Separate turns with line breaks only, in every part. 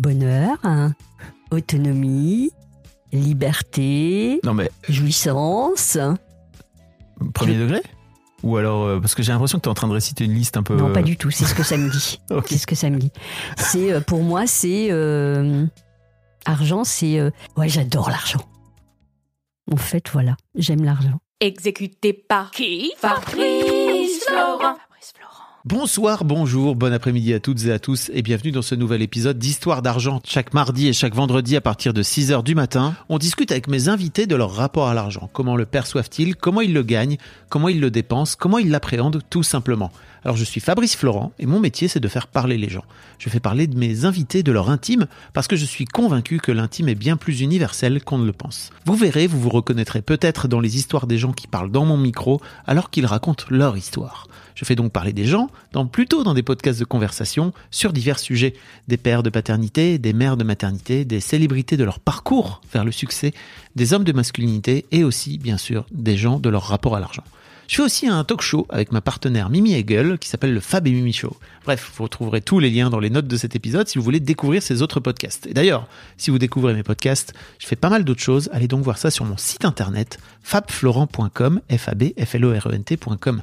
Bonheur, hein, autonomie, liberté,
Non mais
jouissance.
Euh. premier degré Ou alors euh, parce que j'ai l'impression que tu es en train de réciter une liste un peu. euh,
Non, pas du tout. C'est ce que ça me dit.
Ok.
C'est ce que ça me dit. C'est euh, pour moi, c'est euh, argent. C'est euh, ouais, j'adore l'argent. En fait, voilà, j'aime l'argent.
Exécuté par qui Fabrice Florent. Fabrice Florent.
Bonsoir, bonjour, bon après-midi à toutes et à tous et bienvenue dans ce nouvel épisode d'Histoire d'argent. Chaque mardi et chaque vendredi à partir de 6h du matin, on discute avec mes invités de leur rapport à l'argent. Comment le perçoivent-ils Comment ils le gagnent Comment ils le dépensent Comment ils l'appréhendent tout simplement Alors je suis Fabrice Florent et mon métier c'est de faire parler les gens. Je fais parler de mes invités de leur intime parce que je suis convaincu que l'intime est bien plus universel qu'on ne le pense. Vous verrez, vous vous reconnaîtrez peut-être dans les histoires des gens qui parlent dans mon micro alors qu'ils racontent leur histoire. Je fais donc parler des gens, dans, plutôt dans des podcasts de conversation, sur divers sujets. Des pères de paternité, des mères de maternité, des célébrités de leur parcours vers le succès, des hommes de masculinité et aussi, bien sûr, des gens de leur rapport à l'argent. Je fais aussi un talk show avec ma partenaire Mimi Hegel qui s'appelle le Fab et Mimi Show. Bref, vous retrouverez tous les liens dans les notes de cet épisode si vous voulez découvrir ces autres podcasts. Et d'ailleurs, si vous découvrez mes podcasts, je fais pas mal d'autres choses. Allez donc voir ça sur mon site internet fabflorent.com, f a b f l o r e n t.com.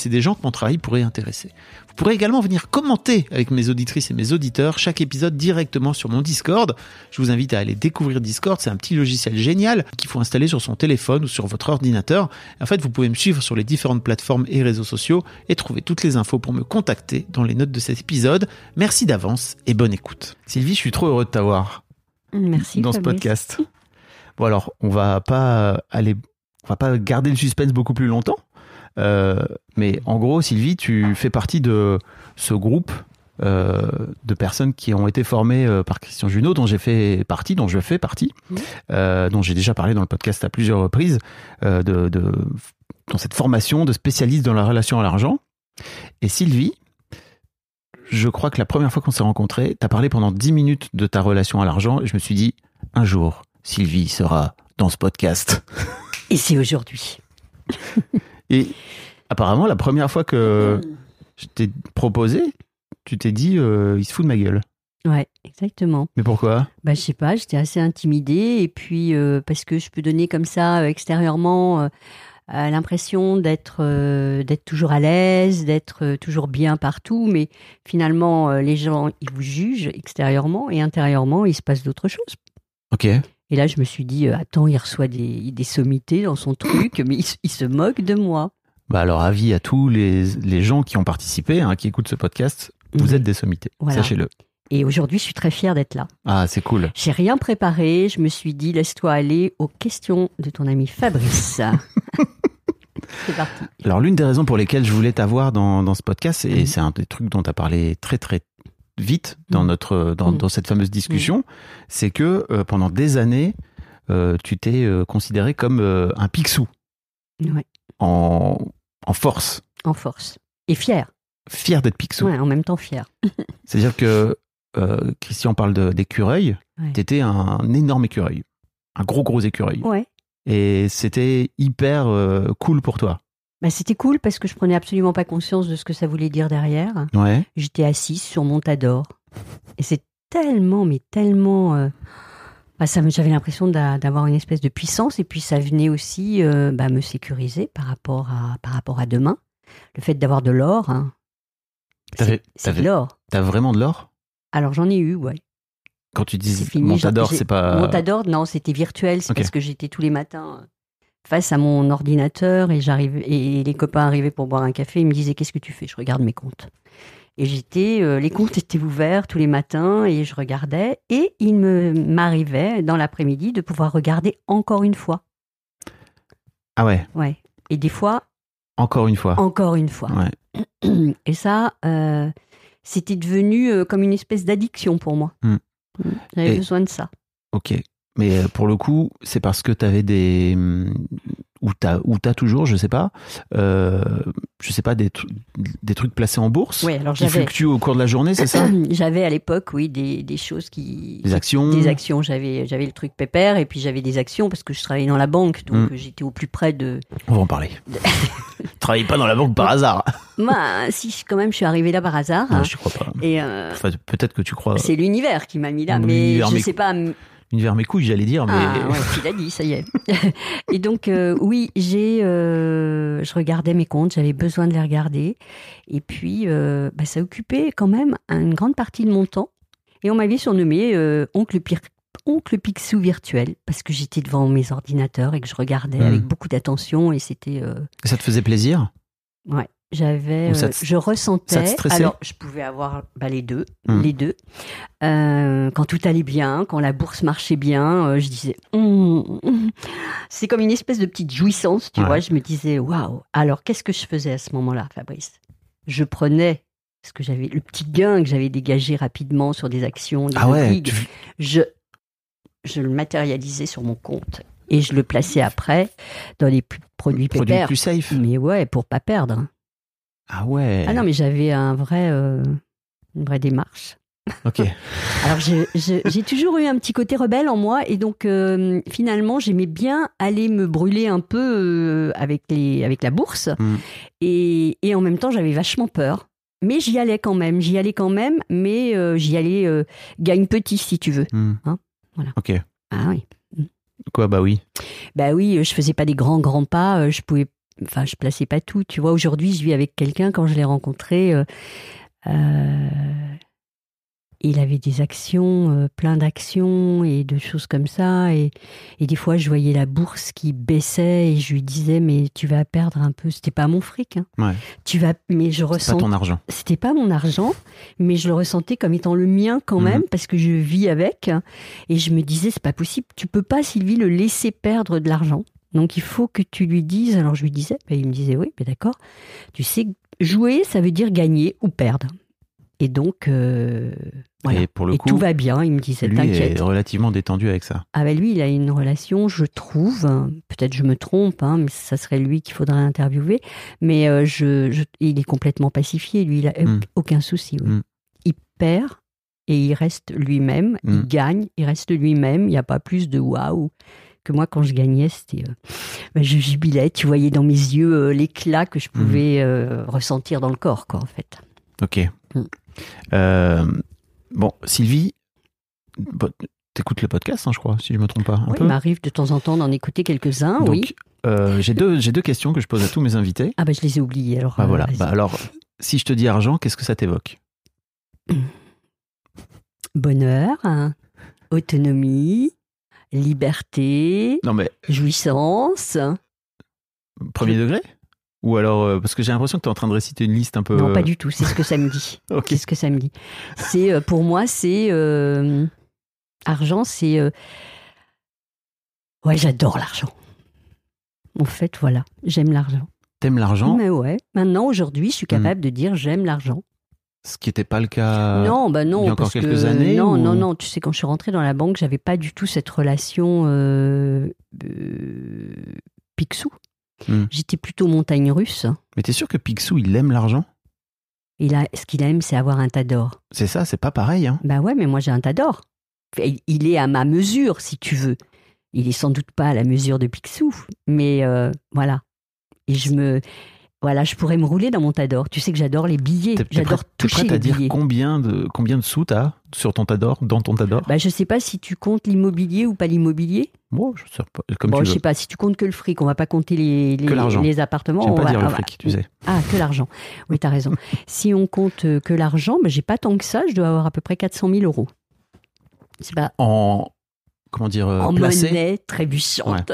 des gens que mon travail pourrait intéresser. Vous pourrez également venir commenter avec mes auditrices et mes auditeurs chaque épisode directement sur mon Discord. Je vous invite à aller découvrir Discord, c'est un petit logiciel génial qu'il faut installer sur son téléphone ou sur votre ordinateur. En fait, vous pouvez me suivre sur les différentes plateformes et réseaux sociaux et trouver toutes les infos pour me contacter dans les notes de cet épisode. Merci d'avance et bonne écoute.
Sylvie, je suis trop heureux de t'avoir
Merci.
dans ce
Fabrice.
podcast. Bon alors, on va pas aller, on va pas garder le suspense beaucoup plus longtemps. Euh, mais en gros, Sylvie, tu fais partie de ce groupe euh, de personnes qui ont été formées euh, par Christian Junot, dont j'ai fait partie, dont je fais partie,
Mhm.
euh, dont j'ai déjà parlé dans le podcast à plusieurs reprises, euh, de, de- dans cette formation de spécialiste dans la relation à l'argent. Et Sylvie, je crois que la première fois qu'on s'est rencontrés, tu as parlé pendant 10 minutes de ta relation à l'argent et je me suis dit, un jour, Sylvie sera dans ce podcast.
Et c'est aujourd'hui.
Et apparemment, la première fois que je t'ai proposé, tu t'es dit, euh, il se fout de ma gueule.
Ouais, exactement.
Mais pourquoi
Bah, je sais pas, j'étais assez intimidée. Et puis, euh, parce que je peux donner comme ça, euh, extérieurement, euh, euh, l'impression d'être euh, d'être toujours à l'aise, d'être euh, toujours bien partout. Mais finalement, euh, les gens, ils vous jugent extérieurement et intérieurement, il se passe d'autres choses.
Ok.
Et là, je me suis dit, euh, attends, il reçoit des, des sommités dans son truc, mais il, se- il se moque de moi.
Bah alors, avis à tous les, les gens qui ont participé, hein, qui écoutent ce podcast, vous
Mhm.
êtes des sommités.
Voilà.
Sachez-le.
Et aujourd'hui, je suis très fière d'être là.
Ah, c'est cool.
J'ai rien préparé, je me suis dit, laisse-toi aller aux questions de ton ami Fabrice. C'est parti.
Alors, l'une des raisons pour lesquelles je voulais t'avoir dans, dans ce podcast, et
Mhm.
c'est un des trucs dont tu as parlé très, très vite dans,
Mhm.
notre, dans,
Mhm.
dans cette fameuse discussion, c'est que euh, pendant des années, euh, tu t'es euh, considéré comme euh, un pixou
Ouais,
en, en force,
en force. Et fier.
fier d'être pixou.
Ouais, en même temps fier.
C'est-à-dire que euh, Christian parle de- d'écureuil.
Ouais.
T'étais un énorme écureuil. Un gros, gros écureuil.
Ouais.
Et c'était hyper euh, cool pour toi.
Bah, c'était cool parce que je prenais absolument pas conscience de ce que ça voulait dire derrière.
Ouais.
J'étais assise sur mon tador. Et c'est tellement, mais tellement. euh, bah, ça me- J'avais l'impression d'a- d'avoir une espèce de puissance. Et puis ça venait aussi euh, bah, me sécuriser par rapport, à, par rapport à demain. Le fait d'avoir de l'or, hein,
T'avais-
C'est c'est
t'avais-
de l'or.
T'as vraiment de l'or
Alors j'en ai eu, ouais.
Quand tu dis
C'est fini,
bon, t'adore,
j'ai-
c'est pas.
Mon Tador, non, c'était virtuel. C'est
Ok.
parce que j'étais tous les matins euh, face à mon ordinateur et j'arrivais et les copains arrivaient pour boire un café. Ils me disaient qu'est-ce que tu fais Je regarde mes comptes. Et j'étais, euh, les comptes étaient ouverts tous les matins et je regardais. Et il me m'arrivait dans l'après-midi de pouvoir regarder encore une fois.
Ah ouais,
Ouais. Et des fois,
encore une fois.
encore une fois.
Ouais.
Et ça, euh, c'était devenu euh, comme une espèce d'addiction pour moi.
Hmm.
Mm. J'avais
Et-
besoin de ça.
Ok. Mais euh, pour le coup, c'est parce que t'avais des. hum, Ou t'as, ou t'as toujours, je sais pas, euh, je sais pas, des, tru- des trucs placés en bourse
Ouais, alors
qui
j'avais.
fluctuent au cours de la journée, c'est ça
J'avais à l'époque, oui, des, des choses qui.
Des actions
Des actions. J'avais, j'avais le truc pépère et puis j'avais des actions parce que je travaillais dans la banque,
Mm.
donc j'étais au plus près de.
On va en parler. Travaillez pas dans la banque par hasard.
Moi, si je- quand même, je suis arrivée là par hasard.
Non,
hein.
je crois pas.
et euh,
Enfin, peut-être que tu crois.
c'est l'univers qui m'a mis là,
Mon
mais
univers,
je
mais-
sais pas. m-
L'univers mes couilles, j'allais dire, mais.
Ah, ouais, tu l'as dit, ça y est. et donc, euh, oui, j'ai, euh, je regardais mes comptes, j'avais besoin de les regarder. Et puis, euh, bah, ça occupait quand même une grande partie de mon temps. Et on m'avait surnommé euh, Oncle, Pir- Oncle Picsou virtuel, parce que j'étais devant mes ordinateurs et que je regardais
Mhm.
avec beaucoup d'attention. Et c'était. euh,
Ça te faisait plaisir
j'avais,
Donc ça
euh,
te-
je ressentais.
ça te stressait
alors, je pouvais avoir bah, les deux,
Hmm.
les deux. Euh, quand tout allait bien, quand la bourse marchait bien, euh, je disais, Hum, hum. c'est comme une espèce de petite jouissance, tu
Ouais.
vois. Je me disais, waouh. Alors, qu'est-ce que je faisais à ce moment-là, Fabrice Je prenais ce que j'avais, le petit gain que j'avais dégagé rapidement sur des actions, des boutiques.
Ah tu-
je, je le matérialisais sur mon compte et je le plaçais après dans les p- produits
produit
pépères.
plus safe.
Mais ouais, pour pas perdre.
Ah ouais.
Mm. Ah non, mais j'avais un vrai, euh, une vraie démarche.
Ok.
Alors j'ai- j'ai j'ai toujours eu un petit côté rebelle en moi et donc euh, finalement j'aimais bien aller me brûler un peu euh, avec, les, avec la bourse
Mm.
et, et en même temps j'avais vachement peur. Mais j'y allais quand même, j'y allais quand même, mais euh, j'y allais euh, gagne petit si tu veux.
Hmm.
Hein, voilà.
Ok.
Ah oui.
Quoi, bah oui.
Bah oui, euh, je faisais pas des grands grands pas, euh, je pouvais enfin je plaçais pas tout, tu vois, aujourd'hui je vis avec quelqu'un quand je l'ai rencontré euh, euh, il avait des actions, euh, plein d'actions et de choses comme ça et, et des fois je voyais la bourse qui baissait et je lui disais mais tu vas perdre un peu, c'était pas mon fric hein.
Ouais.
Tu vas mais je
C'est pas
ressens
ton argent.
c'était pas mon argent, mais je le ressentais comme étant le mien quand
Mhm.
même, parce que je vis avec. Et je me disais, c'est pas possible, tu peux pas, Sylvie, le laisser perdre de l'argent. Donc il faut que tu lui dises. Alors je lui disais, ben, il me disait, oui, ben, d'accord. Tu sais, jouer, ça veut dire gagner ou perdre. Et donc, euh, voilà.
Et pour le
Et
coup,
tout va bien, il me disait,
lui
t'inquiète.
est relativement détendu avec ça.
Ah ben lui, il a une relation, je trouve, hein, peut-être je me trompe, hein, mais ça serait lui qu'il faudrait interviewer, mais euh, je, je- il est complètement pacifié, lui, il a
Mm.
aucun souci. oui.
Mm.
Il perd et il reste lui-même,
Mm.
il gagne, il reste lui-même, il n'y a pas plus de waouh que moi quand je gagnais, c'était... euh, ben, je jubilais, tu voyais dans mes yeux euh, l'éclat que je
Mm.
pouvais euh, ressentir dans le corps, quoi, en fait.
Ok.
Mm.
Euh, bon, Sylvie, bah, t'écoutes le podcast, hein, je crois, si je me trompe pas. Un
Oui,
peu.
il m'arrive de temps en temps d'en écouter quelques-uns,
Donc,
bah, ah oui.
euh, j'ai deux, j'ai deux questions que je pose à tous mes invités.
Ah ben je les ai oubliés, alors...
Bah
euh,
voilà.
vas-y.
Bah alors, si je te dis argent, qu'est-ce que ça t'évoque
bonheur, hein, autonomie, liberté,
Non mais
jouissance.
premier degré Ou alors euh, parce que j'ai l'impression que t'es en train de réciter une liste un peu.
Non, pas du tout, c'est ce que ça me dit.
Ok.
C'est ce que ça me dit. C'est euh, pour moi, c'est euh, argent, c'est euh, Ouais, j'adore l'argent. En fait, voilà, j'aime l'argent.
T'aimes l'argent,
Mais ouais, maintenant aujourd'hui, je suis
Mm.
capable de dire j'aime l'argent.
ce qui n'était pas le cas.
non, bah non,
Euh, il y a encore
parce que-
quelques années,
Non,
ou-
non, non. Tu sais, quand je suis rentrée dans la banque, j'avais pas du tout cette relation euh, euh, Picsou.
Hmm.
J'étais plutôt montagne russe.
Mais t'es sûr que Picsou, il aime l'argent
Et là, ce qu'il aime, c'est avoir un tas d'or.
C'est ça, c'est pas pareil. Hein.
Bah ouais, mais moi j'ai un tas d'or. Et Il est à ma mesure, si tu veux. Il est sans doute pas à la mesure de Picsou, mais euh, voilà. Et je me Voilà, je pourrais me rouler dans mon tas d'or. Tu sais que j'adore les billets.
T'es- t'es
J'adore
prête- t'es
toucher
prête à
les
dire
billets.
combien de, combien de sous t'as sur ton Tador, dans ton Tador
Bah, je sais pas si tu comptes l'immobilier ou pas l'immobilier.
Moi, je sais pas. Comme
bon,
tu
je
veux.
sais pas. Si tu comptes que le fric, on va pas compter les, les,
Que l'argent.
les appartements.
J'aime
on
pas
va-
dire le
ah,
fric, tu
oui.
sais.
Ah, que l'argent. Oui, t'as raison. si on compte euh, que l'argent, bah, j'ai pas tant que ça. Je dois avoir à peu près 400 000 euros. C'est pas
En. Comment dire euh,
en
Placé,
monnaie trébuchante.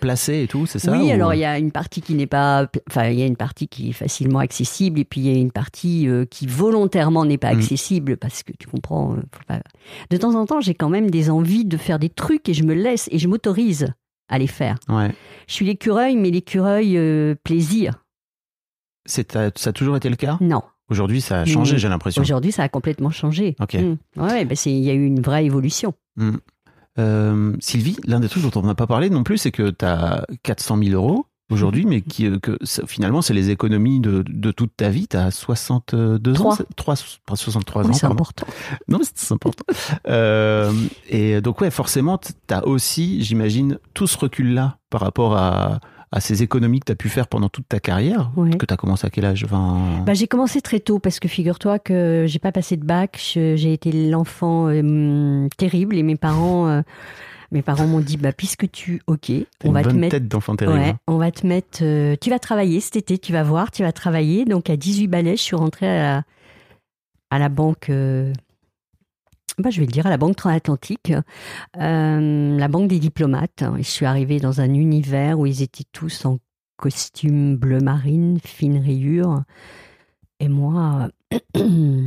placé et tout, c'est ça
oui,
ou- euh
alors il y a une partie qui n'est pas, enfin il y a une partie qui est facilement accessible et puis il y a une partie euh, qui volontairement n'est pas
Mm.
accessible parce que tu comprends. euh, faut pas- De temps en temps, j'ai quand même des envies de faire des trucs et je me laisse et je m'autorise à les faire.
Ouais.
Je suis l'écureuil, mais l'écureuil euh, plaisir.
C'est, ça a toujours été le cas
Non,
Aujourd'hui, ça a changé,
Mm.
j'ai l'impression.
aujourd'hui ça a complètement changé.
Ok.
Mm. Ouais, ben, c'est- il y a eu une vraie évolution.
Euh, Sylvie, l'un des trucs dont on n'a pas parlé non plus, c'est que tu as 400 000 euros aujourd'hui, mais qui, euh, que ça- finalement, c'est les économies de, de toute ta vie. Tu as 62 ans
Trois.
c'est- trois- pas 63
Oui,
ans,
c'est
pardon.
important.
Non, mais c'est important. Euh, et donc, ouais, forcément, tu as aussi, j'imagine, tout ce recul-là par rapport à, à ces économies que tu as pu faire pendant toute ta carrière,
Ouais.
que tu as commencé à quel âge 20...
Bah, j'ai commencé très tôt parce que figure-toi que j'ai pas passé de bac, je- j'ai été l'enfant euh, hum, terrible et mes parents, euh, mes parents m'ont dit bah puisque tu, ok,
T'as
on
une
va te
bonne
mettre,
tête d'enfant terrible.
ouais,
hein.
on va te mettre, euh, tu vas travailler cet été, tu vas voir, tu vas travailler. Donc à 18 balais, je suis rentrée à la, à la banque. euh, bah, je vais le dire, à la Banque Transatlantique, euh, la Banque des diplomates. Et je suis arrivée dans un univers où ils étaient tous en costume bleu marine, fine rayure. Et moi. euh,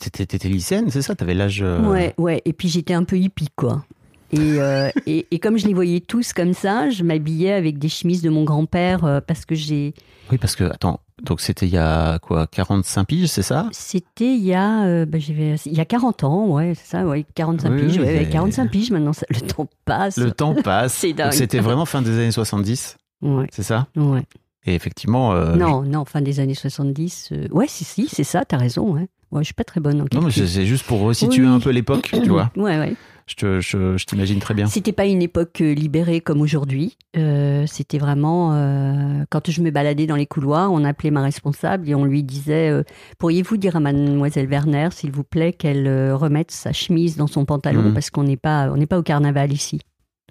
T'étais t'étais lycéenne, c'est ça T'avais l'âge. euh,
Ouais, ouais. Et puis j'étais un peu hippie, quoi. Et, euh, et, et comme je les voyais tous comme ça, je m'habillais avec des chemises de mon grand-père euh, parce que j'ai.
Oui, parce que, attends, donc c'était il y a quoi 45 piges, c'est ça
C'était il y a, euh, bah, j'y vais- il y a 40 ans, ouais, c'est ça, ouais, 45
Oui,
piges,
oui,
ouais, ouais,
mais-
45 piges. Maintenant, ça- le temps passe.
Le temps passe.
C'est dingue.
Donc, C'était vraiment fin des années 70,
Ouais,
c'est ça
ouais.
Et effectivement. euh,
non, non, fin des années 70. euh, Ouais, si, si, c'est ça. T'as raison. Ouais. ouais, je suis pas très bonne en
je- Non, mais
calcul.
c'est c'est juste pour resituer
Oui.
un peu l'époque, tu vois.
Ouais, ouais.
Je te- je- je t'imagine très bien.
C'était pas une époque euh, libérée comme aujourd'hui. Euh, C'était vraiment euh, quand je me baladais dans les couloirs, on appelait ma responsable et on lui disait euh, pourriez-vous dire à Mademoiselle Werner, s'il vous plaît, qu'elle euh, remette sa chemise dans son pantalon
Mhm.
parce qu'on n'est pas on n'est pas au carnaval ici.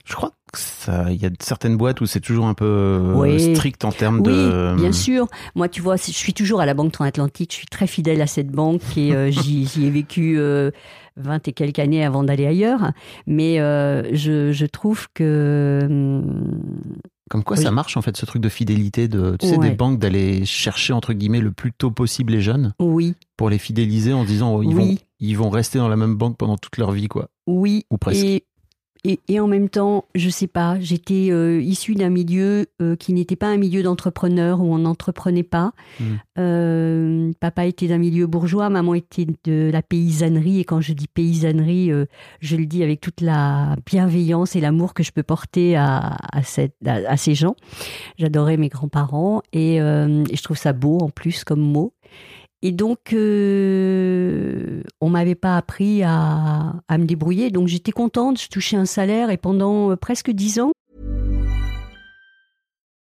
Je crois que ça- il y a certaines boîtes où c'est toujours un peu euh,
Oui.
strict en termes
Oui,
de. euh,
bien sûr. Moi, tu vois, c'est- je suis toujours à la Banque Transatlantique. Je suis très fidèle à cette banque et euh, j'y j'y ai vécu euh, 20 et quelques années avant d'aller ailleurs. Mais euh, je, je trouve que hum,
Comme quoi
Oui.
ça marche en fait ce truc de fidélité de tu sais
Ouais.
des banques d'aller chercher entre guillemets le plus tôt possible les jeunes
oui,
pour les fidéliser en se disant oh, ils vont
Oui.
ils vont rester dans la même banque pendant toute leur vie quoi
oui,
ou presque.
Et, et, et en même temps, je sais pas, j'étais euh, issue d'un milieu euh, qui n'était pas un milieu d'entrepreneur où on n'entreprenait pas.
Mm.
Euh, papa était d'un milieu bourgeois, maman était de la paysannerie. Et quand je dis paysannerie, euh, je le dis avec toute la bienveillance et l'amour que je peux porter à, à, cette, à, à ces gens. J'adorais mes grands-parents et, euh, et je trouve ça beau en plus comme mot. Et donc, euh, on m'avait pas appris à, à me débrouiller. Donc, j'étais contente, je touchais un salaire et pendant euh, presque dix ans,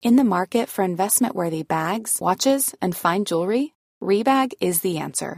In the market for investment worthy bags, watches, and fine jewelry, Rebag is the answer.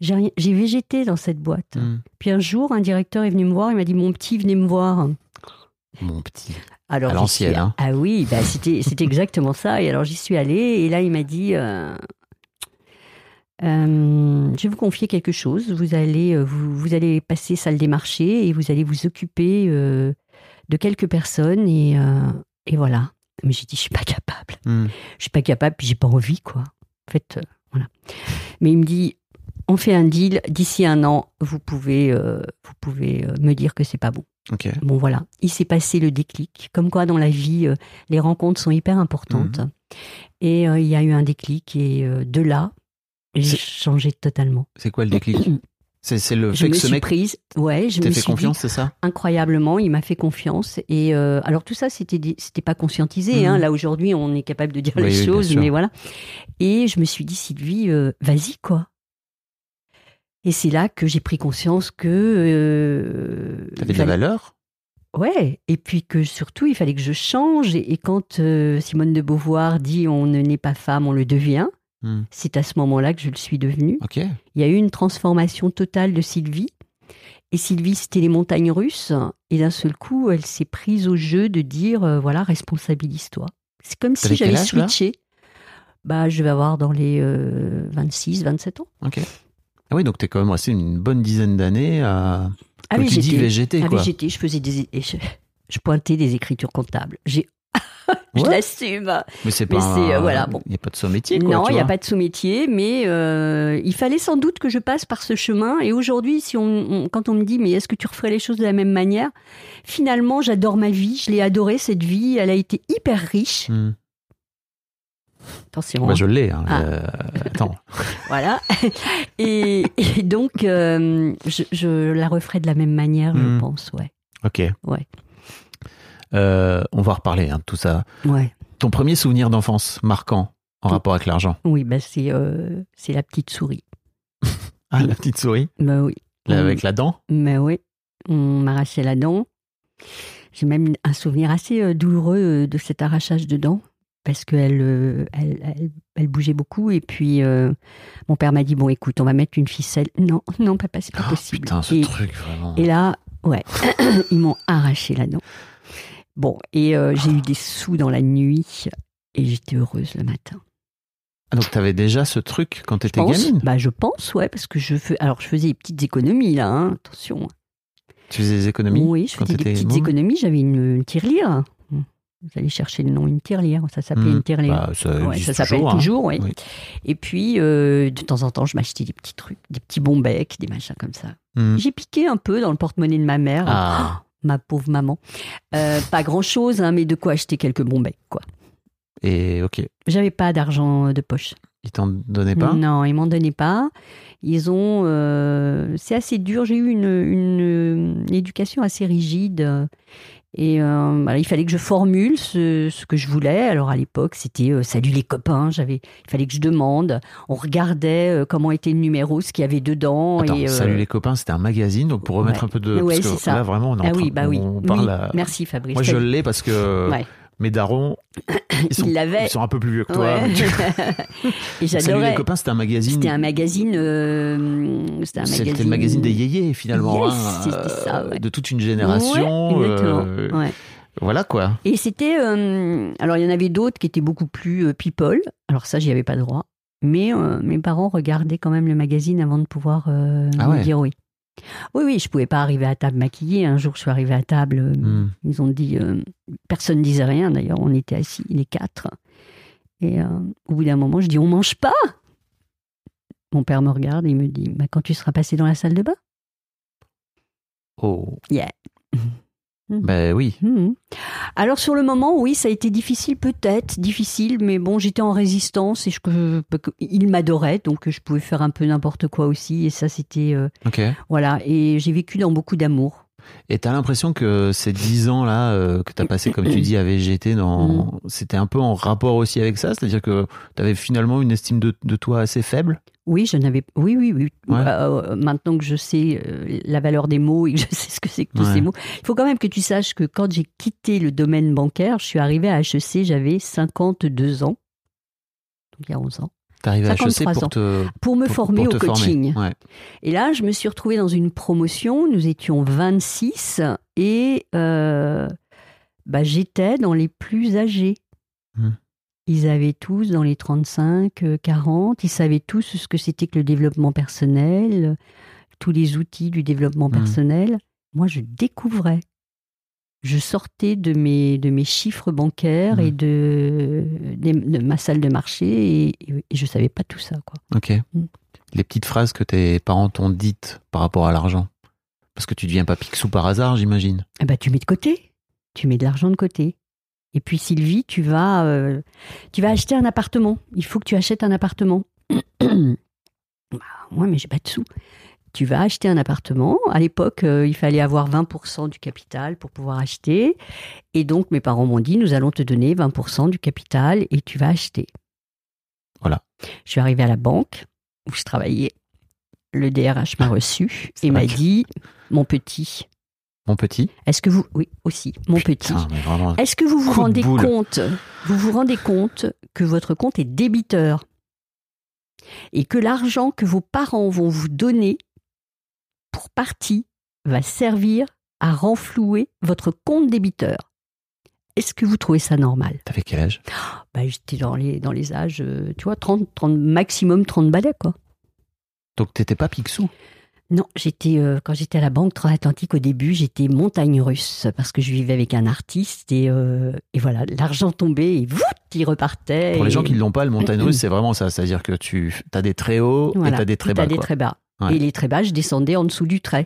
j'ai rien- j'ai végété dans cette boîte.
Mm.
Puis un jour, un directeur est venu me voir, il m'a dit Mon petit, venez me voir.
Mon petit.
Alors,
À
j'y
l'ancienne,
suis-
hein.
Ah oui, bah, c'était c'était exactement ça. Et alors j'y suis allée et là il m'a dit euh, Euh, je vais vous confier quelque chose. Vous allez euh, vous, vous allez passer salle des marchés et vous allez vous occuper euh, de quelques personnes et euh, et voilà. Mais j'ai dit je suis pas capable.
Hmm.
Je suis pas capable puis j'ai pas envie quoi. En fait euh, voilà. Mais il me dit on fait un deal d'ici un an vous pouvez euh, vous pouvez euh, me dire que c'est pas bon.
Ok.
Bon voilà, il s'est passé le déclic. Comme quoi dans la vie, euh, les rencontres sont hyper importantes.
Mhm.
Et euh, il y a eu un déclic et euh, de là, j'ai
C'est-
changé totalement.
C'est quoi le déclic C'est c'est le
je
fait
me
que ce
suis
mec
prise, ouais, je me
t'a
suis
fait
dit,
confiance, c'est ça
incroyablement, il m'a fait confiance. Et euh, alors tout ça, c'était des- c'était pas conscientisé. hein.
Mhm.
Là aujourd'hui, on est capable de dire
Oui,
les
oui, bien
choses,
sûr.
mais voilà. Et je me suis dit, Sylvie, euh, vas-y quoi. Et c'est là que j'ai pris conscience que euh,
T'avais de la
fallait-
valeur
Ouais, et puis que surtout, il fallait que je change. Et, et quand euh, Simone de Beauvoir dit on ne n'est pas femme, on le devient,
Hmm.
c'est à ce moment-là que je le suis devenue.
Ok.
Il y a eu une transformation totale de Sylvie. Et Sylvie, c'était les montagnes russes. Et d'un seul coup, elle s'est prise au jeu de dire euh, voilà, responsabilise-toi. C'est comme si
T'avais quel
j'avais
âge, là
switché. Bah, je vais avoir dans les euh, 26, 27 ans.
Ok. Ah oui, donc t'es quand même resté une bonne dizaine d'années à.
Ah
comme
oui,
tu dis
j'étais-
végété,
Ah oui,
quoi.
j'étais, je faisais des, et je, je pointais des écritures comptables. J'ai, je
Ouais.
l'assume.
Mais c'est
Mais
pas.
c'est, euh,
un-
voilà, bon.
Il n'y a pas de sous-métier, quoi.
Non,
tu
il n'y a
vois.
pas de sous-métier, mais euh, il fallait sans doute que je passe par ce chemin. Et aujourd'hui, si on, on- quand on me dit, mais est-ce que tu referais les choses de la même manière Finalement, j'adore ma vie, je l'ai adorée cette vie, elle a été hyper riche.
Hmm.
Attention,
Bah,
hein.
je l'ai. hein,
Ah.
euh, Attends.
voilà. et, et donc, euh, je, je la referais de la même manière, je
Hmm.
pense, ouais.
Ok.
Ouais.
Euh, on va reparler hein, de tout ça.
Ouais.
Ton premier souvenir d'enfance marquant en rapport avec l'argent
Oui, bah c'est euh, c'est la petite souris.
Ah, la petite souris
Bah oui.
là,
On-
avec la dent
Mais oui, on m'arrachait la dent. J'ai même un souvenir assez euh, douloureux euh, de cet arrachage de dent parce qu'elle elle, elle, elle bougeait beaucoup. Et puis, euh, mon père m'a dit, bon, écoute, on va mettre une ficelle. Non, non, papa, c'est pas
Oh,
possible.
Putain, ce
et,
truc, vraiment.
et là, ouais, ils m'ont arraché la dent. Bon, et euh, j'ai eu des sous dans la nuit et j'étais heureuse le matin.
Ah, donc, t'avais déjà ce truc quand
Je
t'étais
pense,
gamine
bah, je pense, ouais, parce que je fais, alors je faisais des petites économies là, hein, attention.
Tu faisais des économies
Oui, je
quand
faisais des
t'étais
petites
môme
économies. J'avais une, une tirelire. Vous allez chercher le nom, une tirelire. Ça s'appelait
Hmm,
une tirelire.
bah, ça
Ouais,
existe
ça s'appelle
toujours,
toujours,
hein.
oui.
Oui.
Et puis, euh, de temps en temps, je m'achetais des petits trucs, des petits bons becs, des machins comme ça.
Hmm.
J'ai piqué un peu dans le porte-monnaie de ma mère. Oh,
Ah.
ma pauvre maman. Euh, pas grand-chose, hein, mais de quoi acheter quelques bons becs, quoi.
Et ok,
J'avais pas d'argent de poche.
ils t'en donnaient pas
Non, ils m'en donnaient pas. Ils ont. euh, c'est assez dur. J'ai eu une, une, une éducation assez rigide. euh, Et euh, voilà, il fallait que je formule ce, ce que je voulais. Alors à l'époque, c'était euh, salut les copains. J'avais, il fallait que je demande. On regardait euh, comment était le numéro, ce qu'il y avait dedans.
Attends,
et, euh,
Salut les copains, c'était un magazine, donc pour
ouais.
remettre un peu de.
Ouais,
parce que
c'est ça.
là, vraiment, on, est en
Ah
train-
oui, bah oui.
on parle
Oui.
à-
Merci Fabrice.
Moi, je l'ai parce que euh,
Ouais.
mes darons, ils sont,
Ils l'avaient.
ils sont un peu plus vieux que toi.
Ouais.
Donc, euh,
et
Salut les
j'adorais.
copains, c'était un magazine.
C'était un magazine. euh, c'était un
C'était le magazine des yéyés, finalement.
Yes,
hein,
c'était ça,
euh,
ouais.
De toute une génération.
Ouais, exactement.
euh,
Ouais.
Voilà quoi.
Et c'était. euh, alors, il y en avait d'autres qui étaient beaucoup plus euh, people. Alors, ça, j'y avais pas droit. Mais euh, mes parents regardaient quand même le magazine avant de pouvoir euh,
Ah
me
ouais.
dire oui. Oui, oui, je pouvais pas arriver à table maquillée. Un jour, je suis arrivée à table. euh,
Hmm.
Ils ont dit. euh, personne ne disait rien, d'ailleurs. On était assis, les quatre. Et euh, au bout d'un moment, je dis On mange pas Mon père me regarde et il me dit Bah, Quand tu seras passé dans la salle de bain
Oh.
Yeah. Mm.
Ben oui.
Mhm. Alors sur le moment, oui, ça a été difficile, peut-être difficile, mais bon, j'étais en résistance et je, que- que- il m'adorait, donc je pouvais faire un peu n'importe quoi aussi. Et ça, c'était euh,
Ok.
voilà. Et j'ai vécu dans beaucoup d'amour.
Et t'as l'impression que ces 10 ans là euh, que t'as passé, comme tu dis, à VGT,
Mm.
dans... c'était un peu en rapport aussi avec ça C'est-à-dire que t'avais finalement une estime de, de toi assez faible
Oui, je n'avais, oui, oui, oui.
Ouais.
Euh, maintenant que je sais euh, la valeur des mots et que je sais ce que c'est que tous
Ouais.
ces mots, il faut quand même que tu saches que quand j'ai quitté le domaine bancaire, je suis arrivée à HEC, j'avais 52 ans, donc il y a 11 ans,
T'arrivais à HEC
53
pour
ans.
te,
pour me
pour-
former
pour te
au coaching.
Ouais.
Et là, je me suis retrouvée dans une promotion. Nous étions 26 et euh, bah, j'étais dans les plus âgés.
Hmm.
Ils avaient tous dans les 35, euh, 40, ils savaient tous ce que c'était que le développement personnel, euh, tous les outils du développement
Hmm.
personnel. Moi, je découvrais. Je sortais de mes, de mes chiffres bancaires et de, des- de ma salle de marché et, et je savais pas tout ça. Quoi.
Ok.
Mm.
Les petites phrases que tes parents t'ont dites par rapport à l'argent. Parce que tu deviens pas Picsou par hasard, j'imagine.
Ah bah, tu mets de côté. Tu mets de l'argent de côté. Et puis Sylvie, tu vas, euh, tu vas acheter un appartement. Il faut que tu achètes un appartement. bah, ouais, mais j'ai pas de sous. Tu vas acheter un appartement. À l'époque, euh, il fallait avoir 20% du capital pour pouvoir acheter. Et donc, mes parents m'ont dit, nous allons te donner 20% du capital et tu vas acheter.
Voilà.
Je suis arrivée à la banque où je travaillais. Le DRH m'a reçu
C'est
et
vrai
m'a
que-
dit, mon petit,
mon petit.
est-ce que vous... Oui, aussi, mon petit.
Putain, mais vraiment.
Est-ce que vous vous
Coup de
rendez
boule.
compte Vous vous rendez compte que votre compte est débiteur et que l'argent que vos parents vont vous donner pour partie va servir à renflouer votre compte débiteur. Est-ce que vous trouvez ça normal
T'avais quel âge
bah, J'étais dans les, dans les âges, euh, tu vois, 30, 30, maximum 30 balais, quoi.
Donc t'étais pas Picsou.
Non, j'étais euh, quand j'étais à la Banque Transatlantique au début, j'étais montagne russe parce que je vivais avec un artiste et, euh, et voilà, l'argent tombait et voût, il repartait.
Pour les
et-
gens qui ne l'ont pas, le montagne russe, c'est vraiment ça. C'est-à-dire que tu as des très hauts
voilà,
et t'as des très
puis t'as
bas.
des
quoi.
très bas.
Ouais.
Et les très bas, je descendais en dessous du trait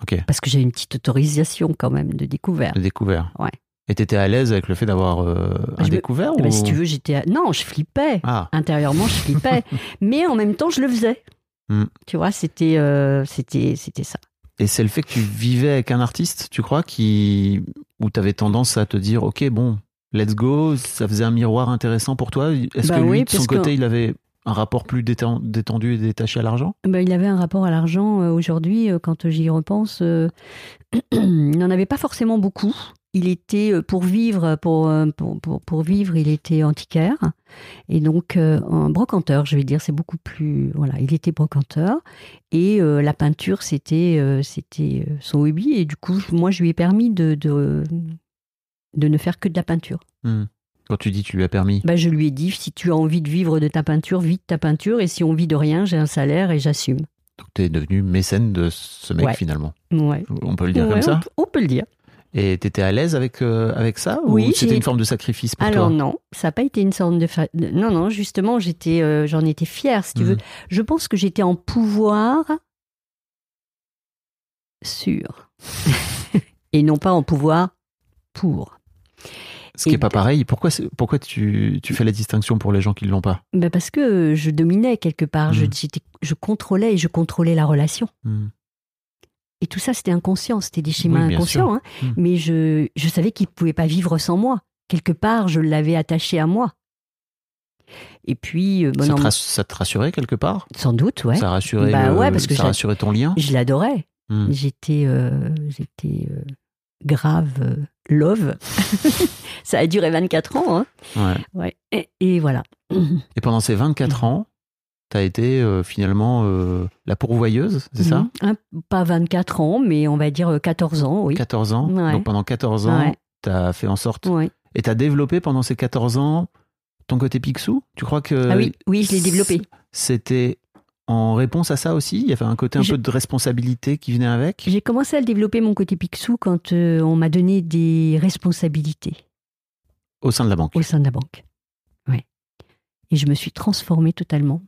Ok.
parce que j'avais une petite autorisation quand même de découvert.
Le découvert.
Ouais.
Et t'étais à l'aise avec le fait d'avoir euh, un
Je me-
découvert
Ah
ou...
bah, si tu veux, j'étais à- non, je flippais
Ah,
intérieurement, je flippais, mais en même temps, je le faisais.
Hmm.
Tu vois, c'était euh, c'était c'était ça.
et c'est le fait que tu vivais avec un artiste, tu crois, qui... où t'avais tendance à te dire, ok, bon, let's go, ça faisait un miroir intéressant pour toi. Est-ce
Bah
que lui,
oui,
de son
parce que-
côté, il avait un rapport plus déten- détendu et détaché à l'argent
Ben, il avait un rapport à l'argent euh, aujourd'hui, euh, quand j'y repense. euh, il n'en avait pas forcément beaucoup. Il était, euh, pour vivre, pour, euh, pour, pour- pour vivre, il était antiquaire. Et donc, euh, un brocanteur, je vais dire, c'est beaucoup plus. Voilà, il était brocanteur. Et euh, la peinture, c'était euh, c'était euh, son hobby. Et du coup, je- moi, je lui ai permis de, de, de ne faire que de la peinture.
Hmm. Quand tu dis, tu lui as permis.
Ben, je lui ai dit si tu as envie de vivre de ta peinture, vis de ta peinture. Et si on vit de rien, j'ai un salaire et j'assume.
Donc t'es devenu mécène de ce mec
Ouais.
finalement.
Ouais.
On peut le dire
Ouais,
comme
on
ça
peut- On, peut le dire.
Et t'étais à l'aise avec, euh, avec ça Ou
Oui,
c'était
j'ai-
une forme de sacrifice pour
Alors
toi
non, ça n'a pas été une sorte de, fa- de- non non justement j'étais euh, j'en étais fière si tu veux.
Mhm.
Je pense que j'étais en pouvoir sur et non pas en pouvoir pour.
Ce qui
Et
n'est pas
d-
pareil. Pourquoi, c'est- pourquoi tu, tu fais la distinction pour les gens qui ne l'ont pas
Ben parce que je dominais quelque part, je
Mhm.
j'étais- je contrôlais et je contrôlais la relation.
Hmm.
Et tout ça, c'était inconscient, c'était des schémas
Oui, bien
inconscients. hein.
Mm.
Mais je, je savais qu'il ne pouvait pas vivre sans moi. Quelque part, je l'avais attaché à moi. Et puis, euh, bon,
ça,
en-
te rass- ça te rassurait quelque part
sans doute, ouais.
Ça rassurait,
Bah
le-
ouais, parce que
ça
j'ai-
rassurait ton lien
Je l'adorais.
Hmm.
J'étais, euh, j'étais euh, grave euh, love. ça a duré 24 ans. hein.
Ouais.
Ouais. Et, et voilà.
Et pendant ces
Mmh.
24 ans, tu as été euh, finalement euh, la pourvoyeuse, c'est ça
Mhm. Un- Pas 24 ans, mais on va dire euh, 14 ans, oui.
14 ans.
Ouais.
Donc pendant 14 ans,
Ouais.
tu as fait en sorte.
Ouais.
Et tu as développé pendant ces 14 ans ton côté Picsou Tu crois que.
ah oui, oui, je l'ai développé.
C'était en réponse à ça aussi Il y avait un côté un
Je-
peu de responsabilité qui venait avec
J'ai commencé à le développer mon côté Picsou quand euh, on m'a donné des responsabilités
au sein de la banque.
au sein de la banque. Ouais. Et je me suis transformée totalement.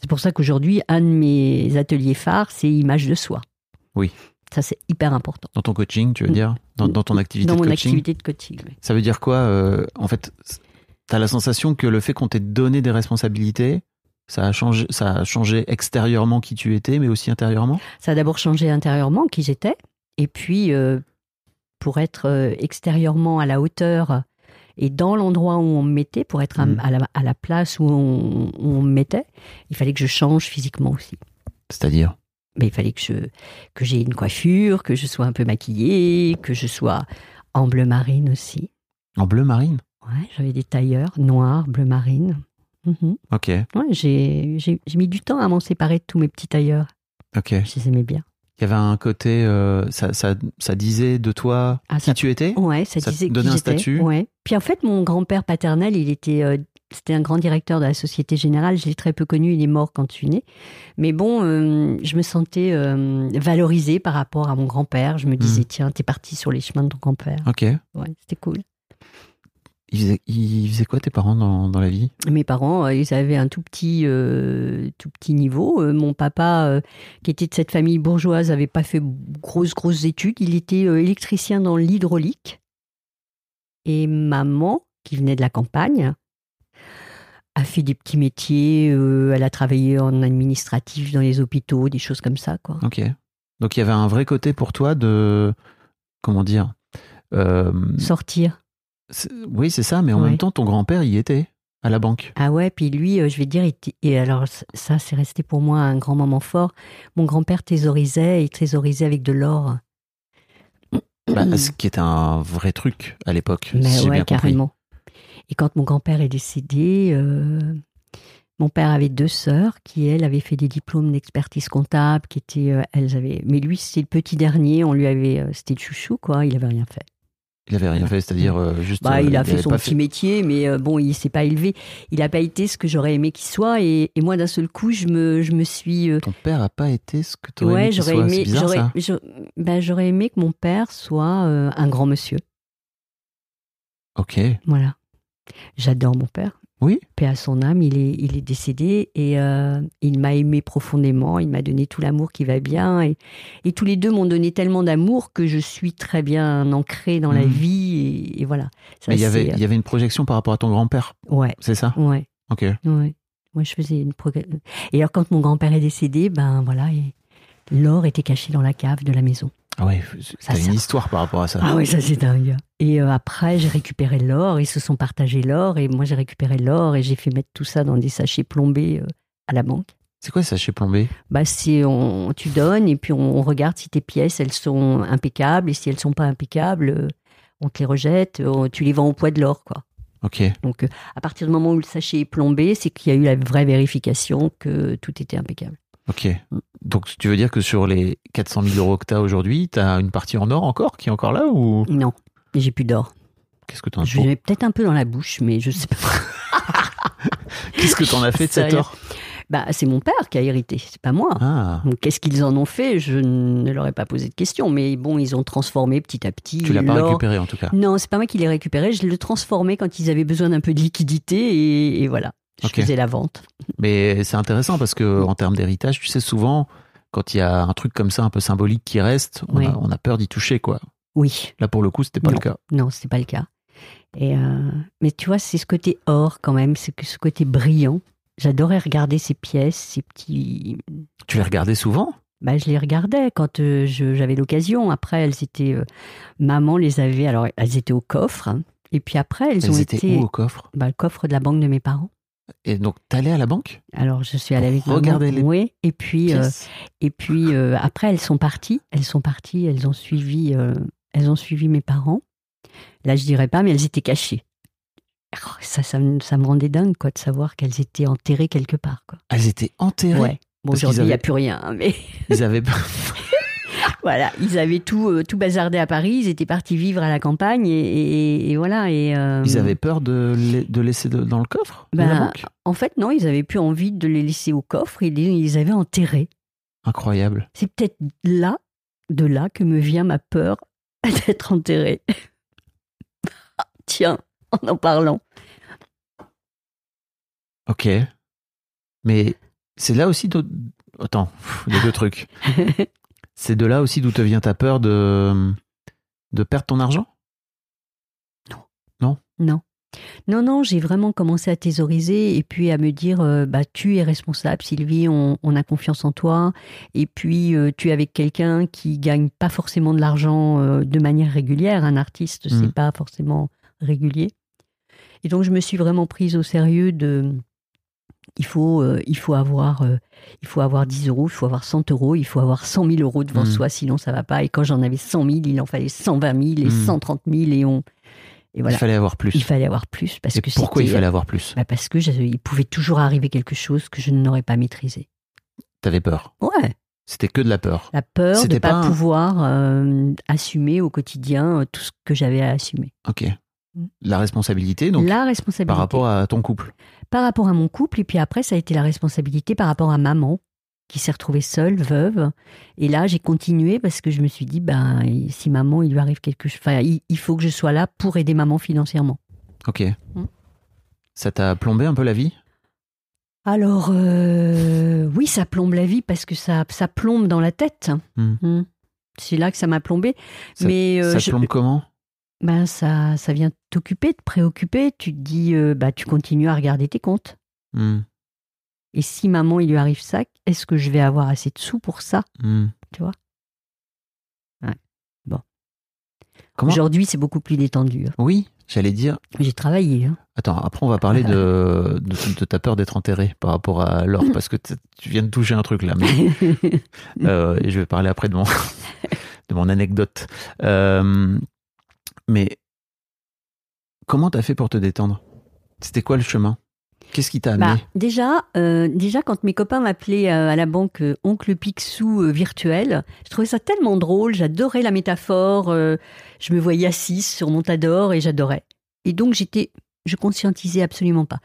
C'est pour ça qu'aujourd'hui, un de mes ateliers phares, c'est image de soi.
Oui.
Ça, c'est hyper important.
Dans ton coaching, tu veux dire Dans, dans ton activité
Mmh. Dans
de
mon
coaching
activité de coaching. ouais.
Ça veut dire quoi euh, En fait, tu as la sensation que le fait qu'on t'ait donné des responsabilités, ça a, changé, ça a changé extérieurement qui tu étais, mais aussi intérieurement
Ça a d'abord changé intérieurement qui j'étais, et puis euh, pour être euh, extérieurement à la hauteur et dans l'endroit où on me mettait, pour être à,
Mhm.
à la, à la place où on, où on me mettait, il fallait que je change physiquement aussi.
C'est-à-dire
Mais il fallait que je que j'ai une coiffure, que je sois un peu maquillée, que je sois en bleu marine aussi.
en bleu marine
Ouais, j'avais des tailleurs noirs, bleu marine. Mhm.
Ok,
Ouais, j'ai j'ai- j'ai mis du temps à m'en séparer de tous mes petits tailleurs.
ok.
Je les aimais bien.
Il y avait un côté, euh, ça, ça, ça disait de toi
Ah,
qui
ça-
tu étais
Ouais, ça,
Ça Oh. te
disait qui
donnait un
j'étais.
statut.
Ouais. Puis en fait, mon grand-père paternel, il était, euh, c'était un grand directeur de la Société Générale. Je l'ai très peu connu. Il est mort quand je suis née. Mais bon, euh, je me sentais euh, valorisée par rapport à mon grand-père.
Mmh.
Je me disais, tiens, t'es parti sur les chemins de ton grand-père.
Ok.
Ouais, c'était cool.
Ils faisaient, ils faisaient quoi tes parents dans, dans la vie
Mes parents, euh, ils avaient un tout petit, euh, tout petit niveau. Euh, mon papa, euh, qui était de cette famille bourgeoise, n'avait pas fait grosses, grosses études. Il était euh, électricien dans l'hydraulique. Et maman, qui venait de la campagne, a fait des petits métiers. euh, elle a travaillé en administratif dans les hôpitaux, des choses comme ça, quoi.
Ok. Donc il y avait un vrai côté pour toi de. Comment dire Euh,
Sortir.
c'est- Oui, c'est ça, mais en
Ouais.
même temps, ton grand-père y était, à la banque.
Ah ouais, puis lui, euh, je vais te dire, il t- et alors c- ça, c'est resté pour moi un grand moment fort. Mon grand-père thésaurisait, il thésaurisait avec de l'or.
Bah, ce qui était un vrai truc à l'époque,
Mm. Mais
si j'ai
ouais,
bien compris.
carrément. Et quand mon grand-père est décédé, euh, mon père avait deux sœurs qui, elles, avaient fait des diplômes d'expertise comptable, qui étaient, euh, elles avaient. Mais lui, c'était le petit dernier. On lui avait, euh, c'était le chouchou, quoi. Il avait rien fait.
Il avait rien fait, c'est-à-dire euh, juste.
Bah,
euh,
il a fait
avait
son
pas
petit métier, mais euh, bon, il s'est pas élevé. Il a pas été ce que j'aurais aimé qu'il soit. Et, et moi, d'un seul coup, je me, je me suis. euh,
Ton père a pas été ce que tu
ouais,
aimé. qu'il
j'aurais
soit. C'est
aimé.
bizarre,
j'aurais-
ça.
je- bah, j'aurais aimé que mon père soit euh, un grand monsieur.
Ok.
Voilà. J'adore mon père.
Oui.
Paix à son âme, il est, il est décédé et euh, il m'a aimé profondément, il m'a donné tout l'amour qui va bien. Et, et tous les deux m'ont donné tellement d'amour que je suis très bien ancrée dans la
Mhm.
vie et, et voilà. Ça,
Mais il y, avait,
c'est,
il y avait une projection par rapport à ton grand-père,
euh, Ouais,
c'est ça
ouais,
Ok.
ouais. Moi, je faisais une progr- euh, Et alors, quand mon grand-père est décédé, ben voilà, et l'or était caché dans la cave de la maison.
Ah ouais,
Ça,
t'as
ça-
une histoire par rapport à ça.
Ah oui, ça c'est dingue. Et euh, après, j'ai récupéré l'or, ils se sont partagés l'or, et moi j'ai récupéré l'or, et j'ai fait mettre tout ça dans des sachets plombés euh, à la banque.
C'est quoi ça chez Plombé
Bah, c'est on, tu donnes, et puis on, on regarde si tes pièces, elles sont impeccables, et si elles sont pas impeccables, euh, on te les rejette, euh, tu les vends au poids de l'or, quoi.
Ok.
Donc, euh, à partir du moment où le sachet est plombé, c'est qu'il y a eu la vraie vérification que tout était impeccable.
Ok. Donc, tu veux dire que sur les 400 000 euros que tu as aujourd'hui, tu as une partie en or encore qui est encore là ou
Non, j'ai plus d'or.
qu'est-ce que tu en,
Je l'ai peut-être un peu dans la bouche, mais je sais pas.
qu'est-ce que t'en as fait de cet
Sérieux.
or
Bah, c'est mon père qui a hérité, c'est pas moi.
Ah,
Donc, Qu'est-ce qu'ils en ont fait Je ne leur ai pas posé de question, mais bon, ils ont transformé petit à petit.
tu l'as pas
l'or.
récupéré en tout cas.
Non, c'est pas moi qui l'ai récupéré. Je le transformais quand ils avaient besoin d'un peu de liquidité et, et voilà. Je
Ok.
faisais la vente.
Mais c'est intéressant parce que en termes d'héritage, tu sais souvent quand il y a un truc comme ça un peu symbolique qui reste, on,
Oui.
a, on a peur d'y toucher quoi.
Oui,
Là pour le coup, c'était pas le cas.
non, c'était pas le cas. Et euh, mais tu vois, c'est ce côté or quand même, c'est que ce côté brillant. J'adorais regarder ces pièces, ces petits.
Tu les regardais souvent
Bah, je les regardais quand euh, je- j'avais l'occasion. Après, elles étaient. euh, Maman les avait. Alors, elles étaient au coffre. hein. Et puis après, elles, ont
Elles étaient
été.
où au coffre
Bah, le coffre de la banque de mes parents.
Et donc t'allais à la banque
Alors je suis allée
Pour
avec maman.
regarder les
Oui. Et puis euh,
Pièces
et puis euh, après elles sont parties. Elles sont parties. Elles ont suivi. euh, elles ont suivi mes parents. Là je dirais pas, mais elles étaient cachées. Oh, ça, ça, me- ça me rendait dingue quoi de savoir qu'elles étaient enterrées quelque part quoi.
Elles étaient enterrées.
Ouais. Bon
Parce qu'ils
aujourd'hui il n'y a
avaient-
plus rien, hein, mais
Ils avaient pas-
voilà ils avaient tout euh, tout bazardé à Paris. Ils étaient partis vivre à la campagne et, et- et voilà et. euh,
Ils avaient peur de, les- de laisser de- dans le coffre de la
Ben,
banque
en fait, non, ils avaient plus envie de les laisser au coffre, ils les ils les avaient enterrés.
Incroyable.
C'est peut-être là, de là, que me vient ma peur d'être enterrée. Ah, Tiens, en en parlant.
Ok. Mais c'est là aussi. d'où- Attends, pff, les deux trucs. C'est de là aussi d'où te vient ta peur de, de perdre ton argent
Non, non, j'ai vraiment commencé à thésauriser et puis à me dire, euh, bah, tu es responsable, Sylvie, on, on a confiance en toi. Et puis, euh, tu es avec quelqu'un qui gagne pas forcément de l'argent euh, de manière régulière. Un artiste,
Mhm.
c'est pas forcément régulier. Et donc, je me suis vraiment prise au sérieux de, il faut, euh, il faut avoir, euh, il faut avoir 10 euros, il faut avoir 100 euros, il faut avoir 100 000 euros devant
Mhm.
soi, sinon ça va pas. Et quand j'en avais 100 000, il en fallait 120 000 et
Mhm.
130 000 et on, et voilà.
Il fallait avoir plus.
Il fallait avoir plus parce
Et
que
pourquoi il
c'était-
fallait avoir plus
Bah, Parce que je- il pouvait toujours arriver quelque chose que je n'aurais pas maîtrisé.
T'avais peur.
Ouais.
C'était que de la peur.
La peur de
C'était
ne pas,
pas un-
pouvoir euh, assumer au quotidien euh, tout ce que j'avais à assumer.
Ok.
Mm.
La responsabilité, donc,
la responsabilité
par rapport à ton couple.
par rapport à mon couple, et puis après, ça a été la responsabilité par rapport à maman, qui s'est retrouvée seule, veuve. Et là, j'ai continué parce que je me suis dit, ben, si maman, il lui arrive quelque chose, enfin, il il faut que je sois là pour aider maman financièrement.
Ok.
Mm.
Ça t'a plombé un peu la vie
Alors, euh, oui, ça plombe la vie parce que ça, ça plombe dans la tête.
Hmm.
Hmm. C'est là que ça m'a plombé.
Ça-
Mais euh,
Ça
je-
plombe comment
ben, ça, ça vient t'occuper, te préoccuper. Tu te dis, euh, bah, tu continues à regarder tes comptes.
Hmm,
Et si maman, il lui arrive ça, est-ce que je vais avoir assez de sous pour ça
hmm. Comment
Aujourd'hui, c'est beaucoup plus détendu. hein.
Oui, j'allais dire.
J'ai travaillé. hein.
Attends, après on va parler de, de, de ta peur d'être enterré par rapport à l'or, parce que t- tu viens de toucher un truc là. mais-
hein.
Euh, et je vais parler après de mon, de mon anecdote. Euh, mais comment t'as fait pour te détendre C'était quoi le chemin Qu'est-ce qui t'a
Bah,
amené
déjà, euh, déjà, quand mes copains m'appelaient euh, à la banque euh, Oncle Picsou euh, virtuel, je trouvais ça tellement drôle, j'adorais la métaphore, euh, je me voyais assise sur mon tas d'or et j'adorais. Et donc, j'étais, je conscientisais absolument pas.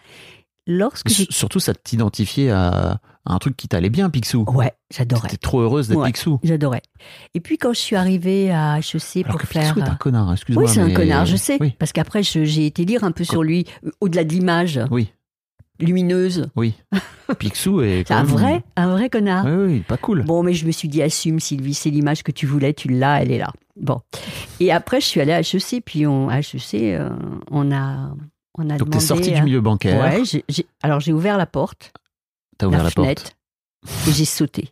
Lorsque j'ai...
S- Surtout, ça t'identifiait à, à un truc qui t'allait bien, Picsou.
Ouais, j'adorais,
T'étais trop heureuse d'être
Ouais.
Picsou.
j'adorais. Et puis, quand je suis arrivée à HEC
Alors
pour
que
faire...
Picsou est un connard, excuse-moi.
oui, c'est un
mais- euh,
connard, je sais.
Oui,
Parce qu'après, je- j'ai été lire un peu sur lui, euh, au-delà de l'image
oui,
lumineuse.
oui. Picsou est.
C'est
quand
un
même-
vrai, hein. un vrai connard.
Oui, oui, pas cool.
Bon, mais je me suis dit, assume Sylvie, c'est l'image que tu voulais, tu l'as, elle est là. Bon. Et après, je suis allée à HEC, puis on, à HEC, euh, on a, on a
Donc
demandé...
t'es sorti du
à-
milieu bancaire,
Ouais, j'ai- j'ai- alors j'ai ouvert la porte,
t'as ouvert la, porte.
fenêtre, et j'ai sauté.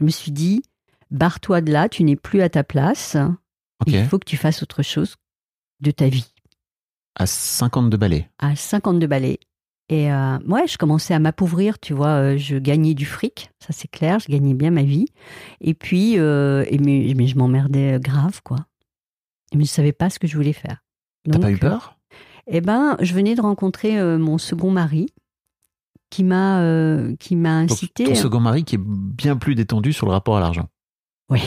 Je me suis dit, barre-toi de là, tu n'es plus à ta place,
Ok,
il faut que tu fasses autre chose de ta vie.
à 52 balais.
à 52 balais. Et euh, ouais, je commençais à m'appauvrir, tu vois, euh, je gagnais du fric, ça c'est clair, je gagnais bien ma vie. Et puis, euh, et mais, mais je m'emmerdais euh, grave, quoi. Mais je savais pas ce que je voulais faire.
T'as
Donc,
pas eu peur
Eh ben, je venais de rencontrer euh, mon second mari, qui m'a euh, qui m'a
Donc,
incité.
Ton second mari qui est bien plus détendu sur le rapport à l'argent.
Ouais.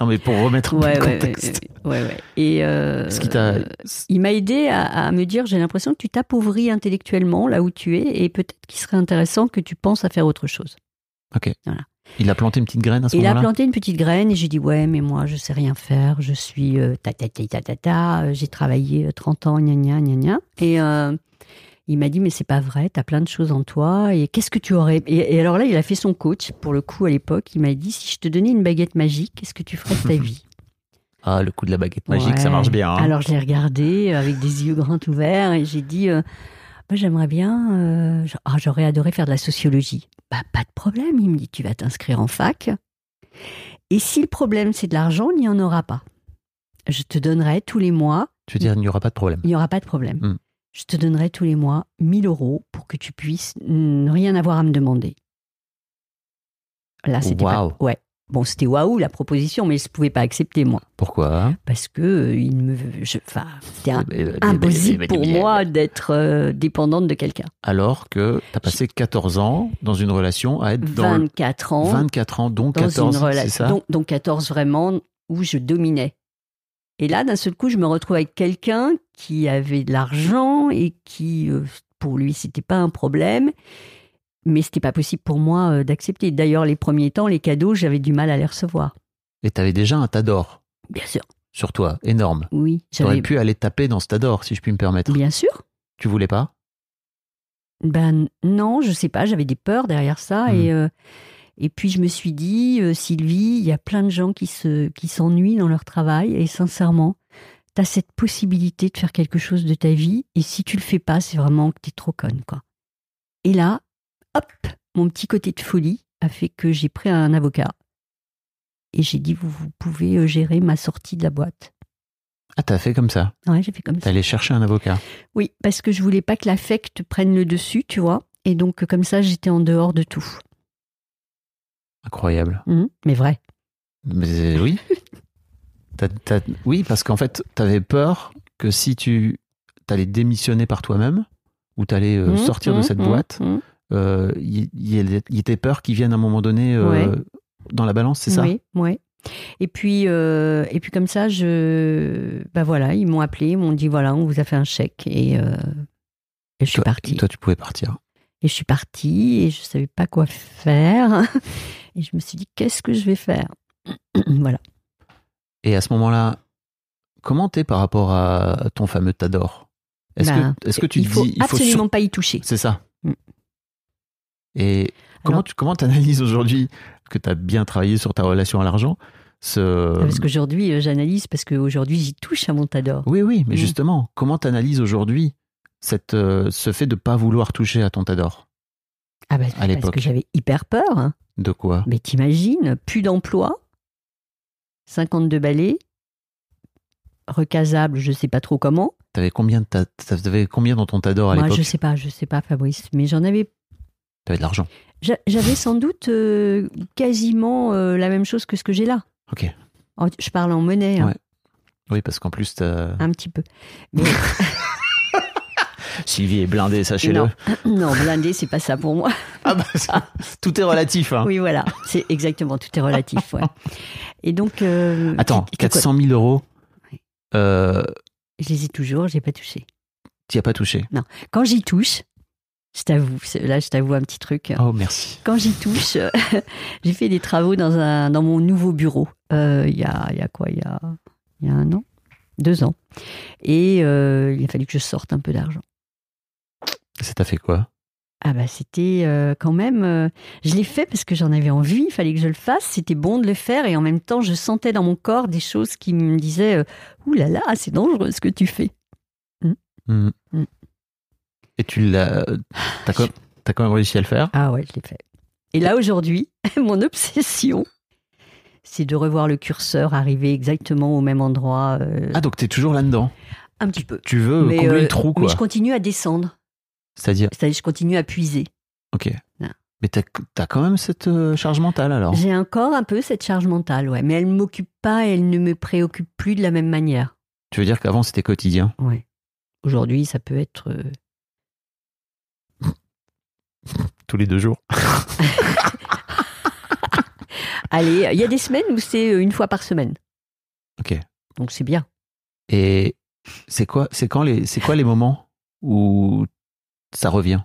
Non mais pour remettre un peu
ouais,
de
ouais, ouais,
contexte.
ouais, ouais. Et euh,
Parce qu'il t'a-
il m'a aidé à, à me dire j'ai l'impression que tu t'appauvris intellectuellement là où tu es et peut-être qu'il serait intéressant que tu penses à faire autre chose.
Il a planté une petite graine à ce
Et il a
moment-là
planté une petite graine et j'ai dit ouais mais moi je sais rien faire, je suis euh, ta ta ta ta ta, ta, euh, j'ai travaillé euh, 30 ans gna gna gna gna et euh, il m'a dit mais c'est pas vrai, t'as plein de choses en toi et qu'est-ce que tu aurais et, et alors là il a fait son coach pour le coup à l'époque, il m'a dit si je te donnais une baguette magique, qu'est-ce que tu ferais de ta vie
Ah, le coup de la baguette magique,
Ouais.
ça marche bien. hein.
Alors je l'ai regardé euh, avec des yeux grands ouverts et j'ai dit, euh, Moi, j'aimerais bien, euh, j'a- ah, j'aurais adoré faire de la sociologie. Bah, pas de problème, il me dit, tu vas t'inscrire en fac. Et si le problème c'est de l'argent, il n'y en aura pas. Je te donnerai tous les mois,
Tu veux dire, il n'y aura pas de problème.
il n'y aura pas de problème.
Hmm.
Je te donnerai tous les mois 1000 euros pour que tu puisses ne rien avoir à me demander. Là, c'était pas-
Waouh.
Ouais. Bon, c'était waouh la proposition, mais je ne pouvais pas accepter, moi
Pourquoi
parce que euh, il me, je- enfin, c'était un-
Eh ben, eh ben, eh ben,
impossible
eh
pour
ben,
moi d'être euh, dépendante de quelqu'un.
Alors que t'as passé 14 ans dans une relation à être dans
24 ans
24 ans, dont
dans
14,
une
c'est
relation,
ça
donc, donc 14 vraiment où je dominais. Et là, d'un seul coup, je me retrouve avec quelqu'un qui avait de l'argent et qui, euh, pour lui, c'était pas un problème. Mais c'était pas possible pour moi euh, d'accepter. D'ailleurs, les premiers temps, les cadeaux, j'avais du mal à les recevoir.
Et t'avais déjà un tas d'or
Bien sûr,
sur toi, énorme.
oui.
T'aurais
J'avais
pu aller taper dans ce tas d'or, si je puis me permettre.
bien sûr.
Tu voulais pas
Ben non, je sais pas, j'avais des peurs derrière ça
Hmm.
et euh, et puis je me suis dit euh, Sylvie, il y a plein de gens qui se qui s'ennuient dans leur travail et sincèrement, tu as cette possibilité de faire quelque chose de ta vie et si tu le fais pas, c'est vraiment que tu es trop conne quoi. Et là, hop, mon petit côté de folie a fait que j'ai pris un avocat et j'ai dit vous, vous pouvez euh, gérer ma sortie de la boîte.
Ah, t'as fait comme ça.
Ouais, j'ai fait comme ça.
T'es allé chercher un avocat.
Oui, parce que je voulais pas que l'affect prenne le dessus, tu vois. Et donc, comme ça, j'étais en dehors de tout.
Incroyable.
Mhm. Mais vrai.
Mais euh, oui. T'as- t'as- Oui, parce qu'en fait, t'avais peur que si tu t'allais démissionner par toi-même ou t'allais euh,
Mhm,
sortir de
mhm,
cette
mhm,
boîte,
mhm.
euh, il il y, a- il y a tes peurs qui viennent à un moment donné euh,
Ouais.
dans la balance, c'est ça
Oui, oui. Et puis, euh, et puis comme ça, je, bah voilà, ils m'ont appelé, ils m'ont dit voilà, on vous a fait un chèque et, euh, et je suis
Toi-
partie.
Toi, tu pouvais partir.
Et je suis partie et je savais pas quoi faire. Et je me suis dit qu'est-ce que je vais faire Voilà.
Et à ce moment-là, comment t'es par rapport à ton fameux Tador Est-ce
Bah,
que, est que tu
il
te
faut
dis il faut sur-
absolument pas y toucher.
C'est ça.
Mm.
Et comment
Alors-
tu comment analyses aujourd'hui que tu as bien travaillé sur ta relation à l'argent ce...
Parce qu'aujourd'hui, euh, j'analyse parce qu'aujourd'hui, j'y touche à mon Tador.
Oui, oui, mais
Mm.
justement, comment tu analyses aujourd'hui cette, euh, ce fait de ne pas vouloir toucher à ton Tador
Ah bah, parce
l'époque.
que j'avais hyper peur. hein.
De quoi
Mais t'imagines, plus d'emploi, 52 balais, recasable, je sais pas trop comment.
T'avais combien, de ta- t'avais combien dans ton Tador à
Moi,
l'époque
je sais pas, je sais pas, Fabrice, mais j'en avais.
T'avais de l'argent.
j'a- J'avais sans doute euh, quasiment euh, la même chose que ce que j'ai là.
Ok.
En- Je parle en monnaie, hein,
Ouais. Oui, parce qu'en plus, t'as-
un petit peu. Mais
Sylvie est blindée, sachez-le.
non, non, blindé, c'est pas ça pour moi.
Ah bah, ça- tout est relatif. hein.
Oui, voilà, c'est exactement, tout est relatif. ouais. Et donc. euh,
Attends,
tu- tu-
400 000 euros,
Oui.
euh,
Je les ai toujours, je les ai pas touchés.
t'y as pas touché.
Quand j'y touche, je t'avoue, c'est- là, je t'avoue un petit truc.
Oh, merci.
Quand j'y touche, euh, j'ai fait des travaux dans, un, dans mon nouveau bureau. Euh, Il y, a, il y a quoi Il y a, il y a un an Deux ans. Et euh, il a fallu que je sorte un peu d'argent.
Ça t'a fait quoi
Ah bah c'était euh, quand même... euh, je l'ai fait parce que j'en avais envie, il fallait que je le fasse, c'était bon de le faire et en même temps je sentais dans mon corps des choses qui me disaient euh, Ouh là là, c'est dangereux ce que tu fais
Hmm.
Hmm.
Et tu l'as. T'as quand, t'as quand même réussi à le faire
Ah ouais, je l'ai fait. Et là, aujourd'hui, mon obsession, c'est de revoir le curseur arriver exactement au même endroit. euh,
Ah, donc t'es toujours là-dedans.
un petit peu.
Tu veux combler
euh,
le trou,
mais
quoi.
je continue à descendre.
C'est-à-dire,
C'est-à-dire, je continue à puiser.
ok.
Non.
Mais t'as t'as quand même cette euh, charge mentale alors
J'ai encore un peu cette charge mentale, ouais. Mais elle ne m'occupe pas et elle ne me préoccupe plus de la même manière.
Tu veux dire qu'avant c'était quotidien
Ouais. Aujourd'hui, ça peut être. euh,
Tous les deux jours
Allez, il y a des semaines où c'est euh, une fois par semaine.
Ok.
Donc c'est bien.
Et c'est quoi, c'est quand les, c'est quoi les moments où ça revient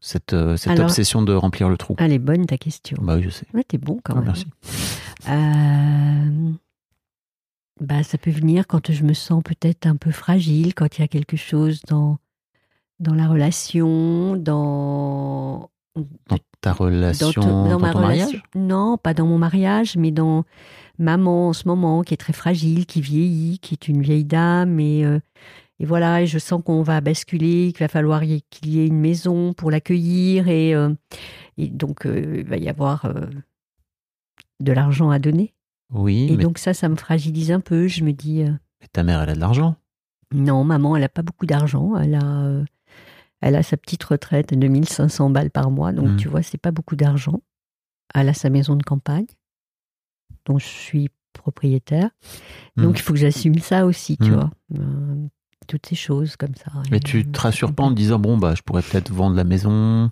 Cette, euh, cette
Alors- euh,
obsession de remplir le trou.
Elle est bonne ta question.
Bah oui, je sais.
Ouais, t'es bon quand
Ah,
même.
merci.
Euh, bah, ça peut venir quand je me sens peut-être un peu fragile, quand il y a quelque chose dans, dans la relation, dans,
Dans ta relation,
ton-
dans, ton mariage
relation. Non, pas dans mon mariage, mais dans maman en ce moment, qui est très fragile, qui vieillit, qui est une vieille dame. Et, euh, et voilà, et je sens qu'on va basculer, qu'il va falloir y- qu'il y ait une maison pour l'accueillir. Et, euh, et donc, euh, il va y avoir euh, de l'argent à donner.
Oui,
Et
mais,
donc ça, ça me fragilise un peu. Je me dis, euh,
mais ta mère, elle a de l'argent.
non, maman, elle n'a pas beaucoup d'argent. Elle a, euh, elle a sa petite retraite, 2500 balles par mois. Donc
Mm.
tu vois, c'est pas beaucoup d'argent. Elle a sa maison de campagne, dont je suis propriétaire. Donc
Mm.
il faut que j'assume ça aussi, tu
Mm.
vois. Euh, toutes ces choses comme ça. euh,
Mais tu te rassures pas en te disant, bon, bah, je pourrais peut-être vendre la maison.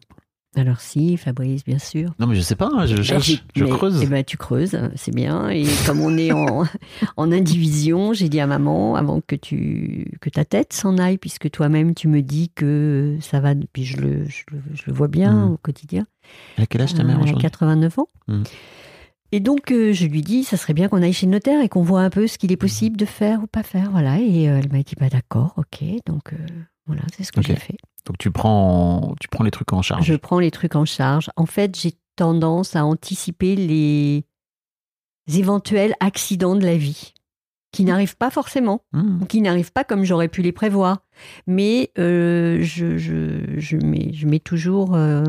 Alors si, Fabrice, bien sûr.
Non, mais je sais pas, hein, je
Bah,
cherche,
j'ai-
je
mais-
creuse.
Eh ben, tu creuses, c'est bien. Et comme on est en, en indivision, j'ai dit à maman, avant que, tu, que ta tête s'en aille, puisque toi-même tu me dis que ça va, puis je le, je le- je le vois bien
Mm.
au quotidien.
Elle a quel âge ta mère
Euh, elle a
aujourd'hui
89 ans.
Mm.
Et donc, euh, je lui dis, ça serait bien qu'on aille chez le notaire et qu'on voit un peu ce
Hmm.
qu'il est possible de faire ou pas faire. Voilà. Et euh, elle m'a dit, bah d'accord, ok. Donc, euh, voilà, c'est ce que
Ok.
j'ai fait.
Donc tu prends, tu prends les trucs en charge.
Je prends les trucs en charge. En fait, j'ai tendance à anticiper les éventuels accidents de la vie qui
Mmh.
n'arrivent pas forcément,
Hmm.
ou qui n'arrivent pas comme j'aurais pu les prévoir. Mais euh, je, je, je, mets, je mets toujours... euh,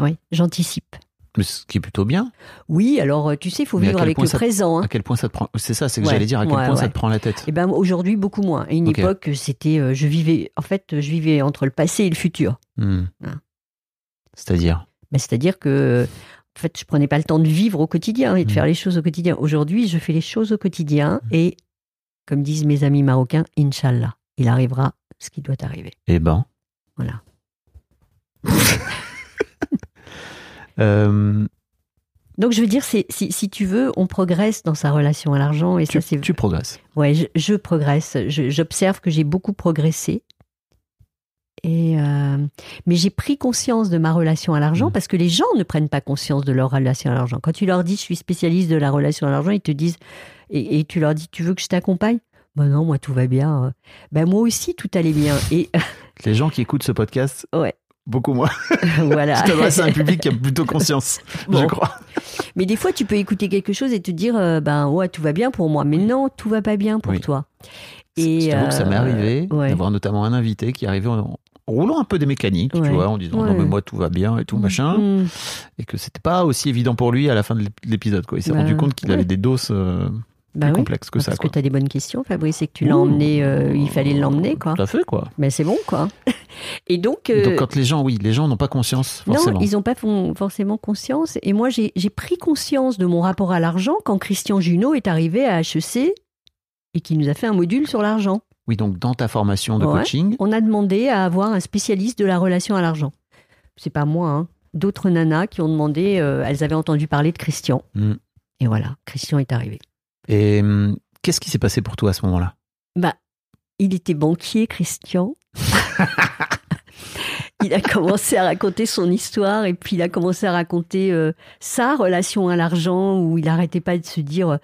ouais, j'anticipe.
Mais ce qui est plutôt bien.
Oui, alors euh, tu sais, il faut
Mais à
vivre
quel
avec
point
le
ça-
présent.
À quel point ça te prend. C'est ça, c'est que
Ouais,
j'allais dire, à quel
ouais,
point ça
ouais.
te prend la tête.
Et ben aujourd'hui beaucoup moins. À une
Ok.
époque, c'était, euh, je vivais, en fait, je vivais entre le passé et le futur.
Hmm.
Hein.
C'est-à-dire
Ben, C'est-à-dire que, en fait, je prenais pas le temps de vivre au quotidien et de
Mm.
faire les choses au quotidien. Aujourd'hui, je fais les choses au quotidien
Mmh.
et, comme disent mes amis marocains, Inch'Allah, il arrivera ce qui doit arriver.
Eh ben.
Voilà.
Euh,
Donc je veux dire, c'est- si, si tu veux, on progresse dans sa relation à l'argent et
Tu,
ça c'est
tu progresses.
Ouais, je, je progresse. Je- J'observe que j'ai beaucoup progressé. Et euh, mais j'ai pris conscience de ma relation à l'argent
Mhm.
parce que les gens ne prennent pas conscience de leur relation à l'argent. Quand tu leur dis je suis spécialiste de la relation à l'argent, ils te disent et, et tu leur dis tu veux que je t'accompagne Ben non, moi tout va bien. Ben moi aussi tout allait bien. Et
Les gens qui écoutent ce podcast,
Ouais.
beaucoup moins.
voilà.
Tu t'adresses à un public qui a plutôt conscience, je
Bon.
crois.
Mais des fois, tu peux écouter quelque chose et te dire, euh, ben ouais, tout va bien pour moi. Mais non, tout va pas bien pour
Oui.
toi.
Et je t'avoue que ça m'est
euh,
arrivé
ouais.
d'avoir notamment un invité qui arrivait en roulant un peu des mécaniques,
Ouais.
tu vois, en disant non
Ouais.
mais moi tout va bien et tout machin,
Mm.
et que c'était pas aussi évident pour lui à la fin de l'ép- l'épisode quoi. Il s'est
Bah,
rendu compte qu'il
ouais.
avait des doses euh, plus
Ben oui.
complexes que
Ah,
ça.
Parce
quoi.
que tu as des bonnes questions, Fabrice, et que tu l'as emmené, euh, il fallait l'emmener, quoi.
Tout à fait quoi.
Mais c'est bon, quoi. Et donc,
Et
euh,
Donc quand les gens, oui, les gens n'ont pas conscience forcément.
non, ils n'ont pas fon- forcément conscience. Et moi, j'ai j'ai pris conscience de mon rapport à l'argent quand Christian Junot est arrivé à HEC et qui nous a fait un module sur l'argent.
Oui, donc dans ta formation de
Ouais.
coaching,
On a demandé à avoir un spécialiste de la relation à l'argent. C'est pas moi, hein. D'autres nanas qui ont demandé, euh, elles avaient entendu parler de Christian.
Mm.
Et voilà, Christian est arrivé.
et hum, qu'est-ce qui s'est passé pour toi à ce moment-là
Bah, il était banquier, Christian. il a commencé à raconter son histoire et puis il a commencé à raconter euh, sa relation à l'argent où il arrêtait pas de se dire euh,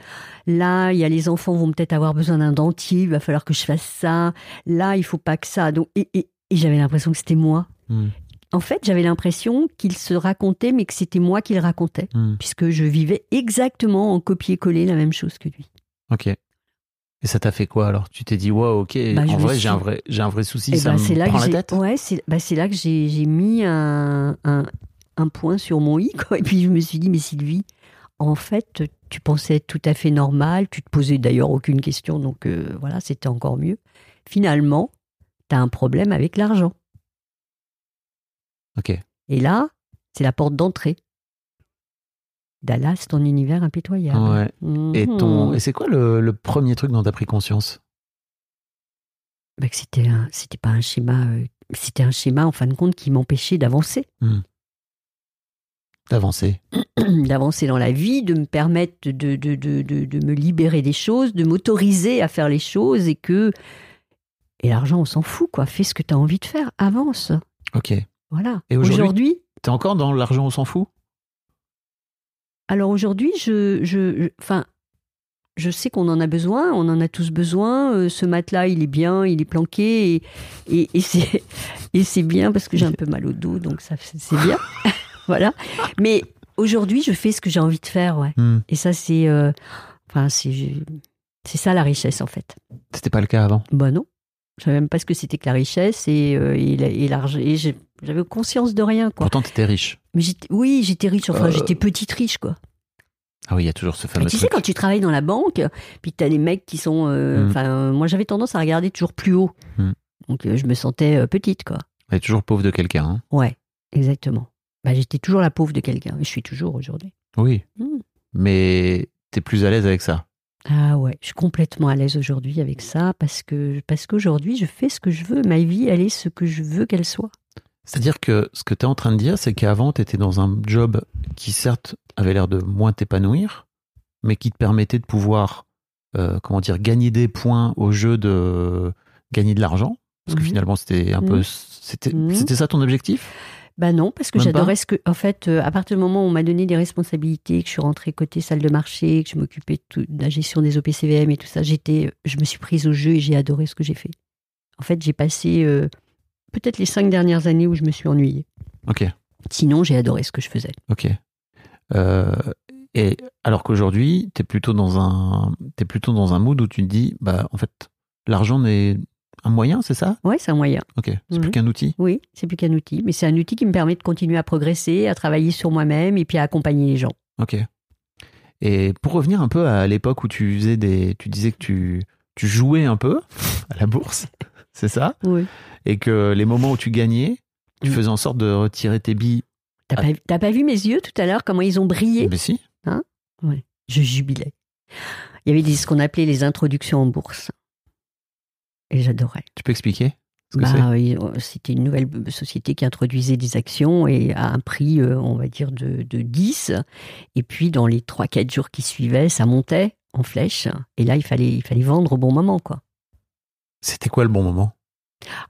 là, il y a les enfants vont peut-être avoir besoin d'un dentier, il va falloir que je fasse ça. Là, il faut pas que ça. Donc et, et- et j'avais l'impression que c'était moi.
Hmm.
En fait, j'avais l'impression qu'il se racontait mais que c'était moi qui le racontais
Hmm.
puisque je vivais exactement en copier-coller la même chose que lui.
Ok. Et ça t'a fait quoi alors Tu t'es dit, wow, ok,
Bah, je
en
me
vrai,
suis-
j'ai un vrai, j'ai un vrai souci,
Eh
ça
ben,
me
là
prend
que
la
j'ai-
tête
Ouais, c'est bah, c'est là que j'ai j'ai mis un, un, un point sur mon i. Quoi. Et puis je me suis dit, mais Sylvie, en fait, tu pensais être tout à fait normal. Tu te posais d'ailleurs aucune question, donc euh, voilà, c'était encore mieux. Finalement, tu as un problème avec l'argent.
Ok.
Et là, c'est la porte d'entrée. Dallas, ton univers impitoyable.
Ouais. Et, ton...
Mhm.
et c'est quoi le, le premier truc dont t'as pris conscience
Bah, que c'était un- c'était pas un schéma, euh, c'était un schéma en fin de compte qui m'empêchait d'avancer.
D'avancer.
d'avancer dans la vie, de me permettre de, de, de, de, de me libérer des choses, de m'autoriser à faire les choses et que. Et l'argent, on s'en fout, quoi. Fais ce que tu as envie de faire, avance.
Ok.
Voilà.
Et aujourd'hui
aujourd'hui
T'es encore dans l'argent, on s'en fout
Alors aujourd'hui, je, je, je- enfin, je sais qu'on en a besoin, on en a tous besoin. Euh, ce matelas, il est bien, il est planqué et, et, et c'est et c'est bien parce que j'ai un peu mal au dos, donc ça c'est c'est bien, voilà. Mais aujourd'hui, je fais ce que j'ai envie de faire, ouais.
Hmm.
Et ça c'est, euh, enfin c'est, c'est ça la richesse en fait.
C'était pas le cas avant.
Bah non, je savais même pas ce que c'était que la richesse et euh, et, la- et l'argent. Et j'ai- j'avais conscience de rien quoi.
Pourtant, t'étais riche.
Mais j'étais- oui, j'étais riche, enfin
Euh.
j'étais petite riche quoi.
Ah oui, il y a toujours ce fameux
Mais tu sais,
truc.
quand tu travailles dans la banque, puis que tu as des mecs qui sont. euh,
Mm.
Enfin, euh, moi, j'avais tendance à regarder toujours plus haut.
Mm.
Donc, euh, je me sentais euh, petite, quoi.
On est toujours pauvre de quelqu'un. hein.
Ouais, exactement. Bah, J'étais toujours la pauvre de quelqu'un. Je suis toujours aujourd'hui.
Oui.
Hmm.
Mais t'es plus à l'aise avec ça.
Ah ouais, je suis complètement à l'aise aujourd'hui avec ça parce que parce qu'aujourd'hui, je fais ce que je veux. Ma vie, elle est ce que je veux qu'elle soit.
C'est-à-dire que ce que t'es en train de dire, c'est qu'avant, t'étais dans un job qui, certes, avait l'air de moins t'épanouir, mais qui te permettait de pouvoir, euh, comment dire, gagner des points au jeu de gagner de l'argent. Parce que
Mhm.
finalement, c'était un
Mhm.
peu. C'était
Mhm.
c'était ça ton objectif
Bah non, parce que
Même pas
j'adorais ce que. En fait, euh, à partir du moment où on m'a donné des responsabilités, que je suis rentrée côté salle de marché, que je m'occupais de, tout- de la gestion des OPCVM et tout ça, j'étais, euh, je me suis prise au jeu et j'ai adoré ce que j'ai fait. En fait, j'ai passé euh, peut-être les cinq dernières années où je me suis ennuyée.
Ok,
Sinon, j'ai adoré ce que je faisais.
ok. Euh, et alors qu'aujourd'hui, t'es plutôt dans un, t'es plutôt dans un mood où tu te dis, bah en fait, l'argent n'est un moyen, c'est ça
Ouais, c'est un moyen.
Ok, c'est
Mhm.
plus qu'un outil.
Oui, c'est plus qu'un outil, mais c'est un outil qui me permet de continuer à progresser, à travailler sur moi-même et puis à accompagner les gens.
Ok. Et pour revenir un peu à l'époque où tu faisais des, tu disais que tu, tu jouais un peu à la bourse, c'est ça
Oui.
Et que les moments où tu gagnais, tu
Mhm.
faisais en sorte de retirer tes billes.
T'as
Ah.
pas, t'as pas vu mes yeux tout à l'heure comment ils ont brillé
Mais si.
je jubilais. Il y avait des, ce qu'on appelait les introductions en bourse. Et j'adorais.
Tu peux expliquer ce que c'est
Bah, oui, euh, C'était une nouvelle b- société qui introduisait des actions et à un prix, euh, on va dire, de, de 10. Et puis, dans les 3-4 jours qui suivaient, ça montait en flèche. Et là, il fallait, il fallait vendre au bon moment. quoi.
C'était quoi le bon moment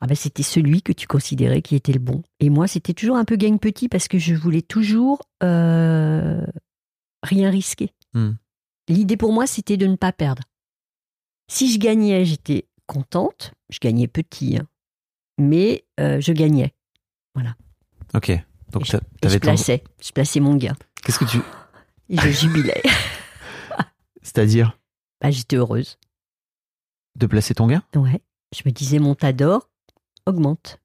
Ah ben, c'était celui que tu considérais qui était le bon. Et moi, c'était toujours un peu gagne petit parce que je voulais toujours euh, rien risquer.
Hmm.
L'idée pour moi, c'était de ne pas perdre. Si je gagnais, j'étais contente. Je gagnais petit, hein. mais euh, je gagnais.
Ok. Donc,
Et
t'a-
Et je
t'avais tendance-
plaçais, je plaçais mon gain.
Qu'est-ce que tu.
Et je jubilais.
C'est-à-dire
bah, j'étais heureuse.
de placer ton gain
Ouais. Je me disais, mon tas d'or augmente.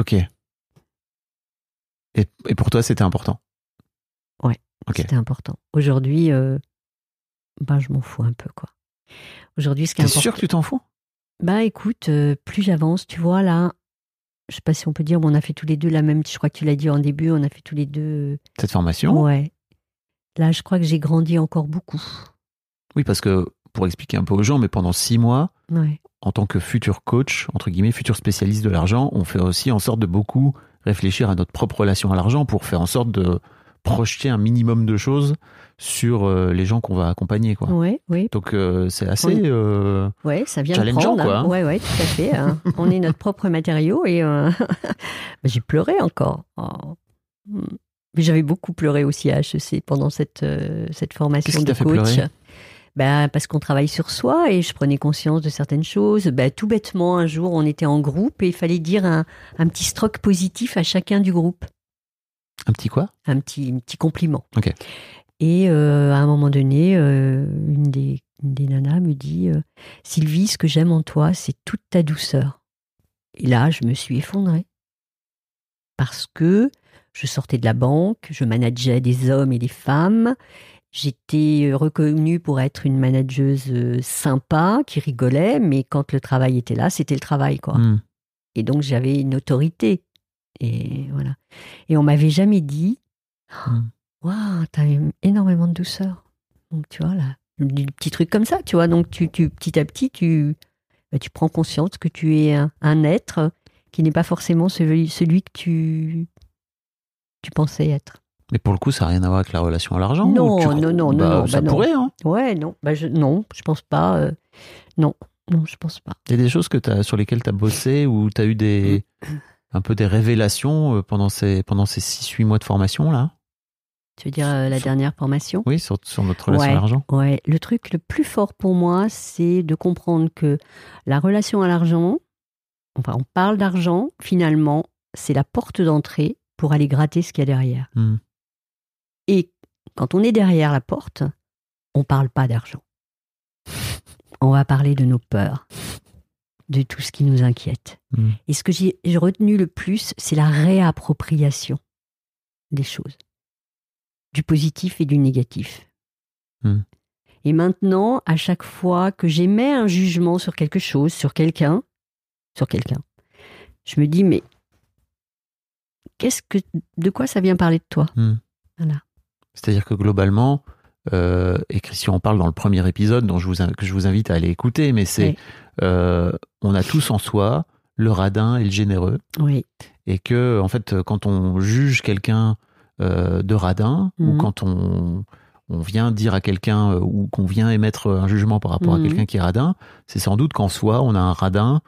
Ok. Et, et pour toi, c'était important. Ok.
C'était important. Aujourd'hui, euh, bah, je m'en fous un peu, quoi. Aujourd'hui, ce qui est
T'es
important.
sûr que tu t'en fous
Bah, écoute, euh, plus j'avance, tu vois, là, je sais pas si on peut dire, mais on a fait tous les deux la même, je crois que tu l'as dit en début, on a fait tous les deux.
Cette formation
Ouais. Là, je crois que j'ai grandi encore beaucoup.
Oui, parce que pour expliquer un peu aux gens, mais pendant six mois,
Ouais.
en tant que futur coach, entre guillemets, futur spécialiste de l'argent, on fait aussi en sorte de beaucoup réfléchir à notre propre relation à l'argent pour faire en sorte de projeter un minimum de choses sur euh, les gens qu'on va accompagner. Quoi.
Ouais, ouais.
Donc euh, c'est assez...
Oui.
euh,
Ouais, ça vient de
Challengeant,
prendre.
quoi, hein.
Ouais, ouais, tout à fait. hein. On est notre propre matériau et euh, j'ai pleuré encore. Oh. Mais J'avais beaucoup pleuré aussi à HEC pendant cette, euh, cette
Qu'est-ce
formation
qui
de
t'a fait
coach.
pleurer
Ben, parce qu'on travaille sur soi et je prenais conscience de certaines choses. Ben, tout bêtement, un jour, on était en groupe et il fallait dire un, un petit stroke positif à chacun du groupe
Un petit quoi
un petit, un petit compliment.
Ok.
Et euh, à un moment donné, euh, une, des, une des nanas me dit euh, Sylvie, ce que j'aime en toi, c'est toute ta douceur. Et là, je me suis effondrée. Parce que je sortais de la banque, je manageais des hommes et des femmes. J'étais reconnue pour être une manageuse euh, sympa, qui rigolait, mais quand le travail était là, c'était le travail, quoi.
Hmm.
Et donc j'avais une autorité. Et voilà. Et on m'avait jamais dit
Mm.
Waouh, t'as eu énormément de douceur. Donc tu vois, là, du petit truc comme ça, tu vois. Donc tu, tu- petit à petit, tu, bah, tu prends conscience que tu es un, un être qui n'est pas forcément celui, celui que tu, tu pensais être.
Mais pour le coup, ça n'a rien à voir avec la relation à l'argent
Non,
ou tu-
non, non, non,
Bah,
non,
Ça
bah non.
pourrait, hein
Ouais, non, bah, je, non, je pense pas. euh, non, non, je pense pas.
Il y a des choses que t'as- sur lesquelles tu as bossé ou tu as eu des, un peu des révélations euh, pendant ces, pendant ces 6-8 mois de formation, là
Tu veux dire euh, la
Sur-
dernière formation
Oui, sur, sur notre relation à l'argent
Ouais, le truc le plus fort pour moi, c'est de comprendre que la relation à l'argent, enfin, on parle d'argent, finalement, c'est la porte d'entrée pour aller gratter ce qu'il y a derrière.
Hmm.
Et quand on est derrière la porte, on parle pas d'argent. On va parler de nos peurs, de tout ce qui nous inquiète.
Mm.
Et ce que j'ai j'ai retenu le plus, c'est la réappropriation des choses, du positif et du négatif.
Mm.
Et maintenant, à chaque fois que j'émets un jugement sur quelque chose, sur quelqu'un, sur quelqu'un, je me dis mais qu'est-ce que, de quoi ça vient parler de toi
Mm.
Voilà.
C'est-à-dire que globalement, euh, et Christian en parle dans le premier épisode dont je vous, in- que je vous invite à aller écouter, mais c'est
Oui.
euh, on a tous en soi le radin et le généreux,
Oui.
et que en fait, quand on juge quelqu'un euh, de radin ou
Mhm.
quand on on vient dire à quelqu'un euh, ou qu'on vient émettre un jugement par rapport à
Mhm.
quelqu'un qui est radin, c'est sans doute qu'en soi on a un radin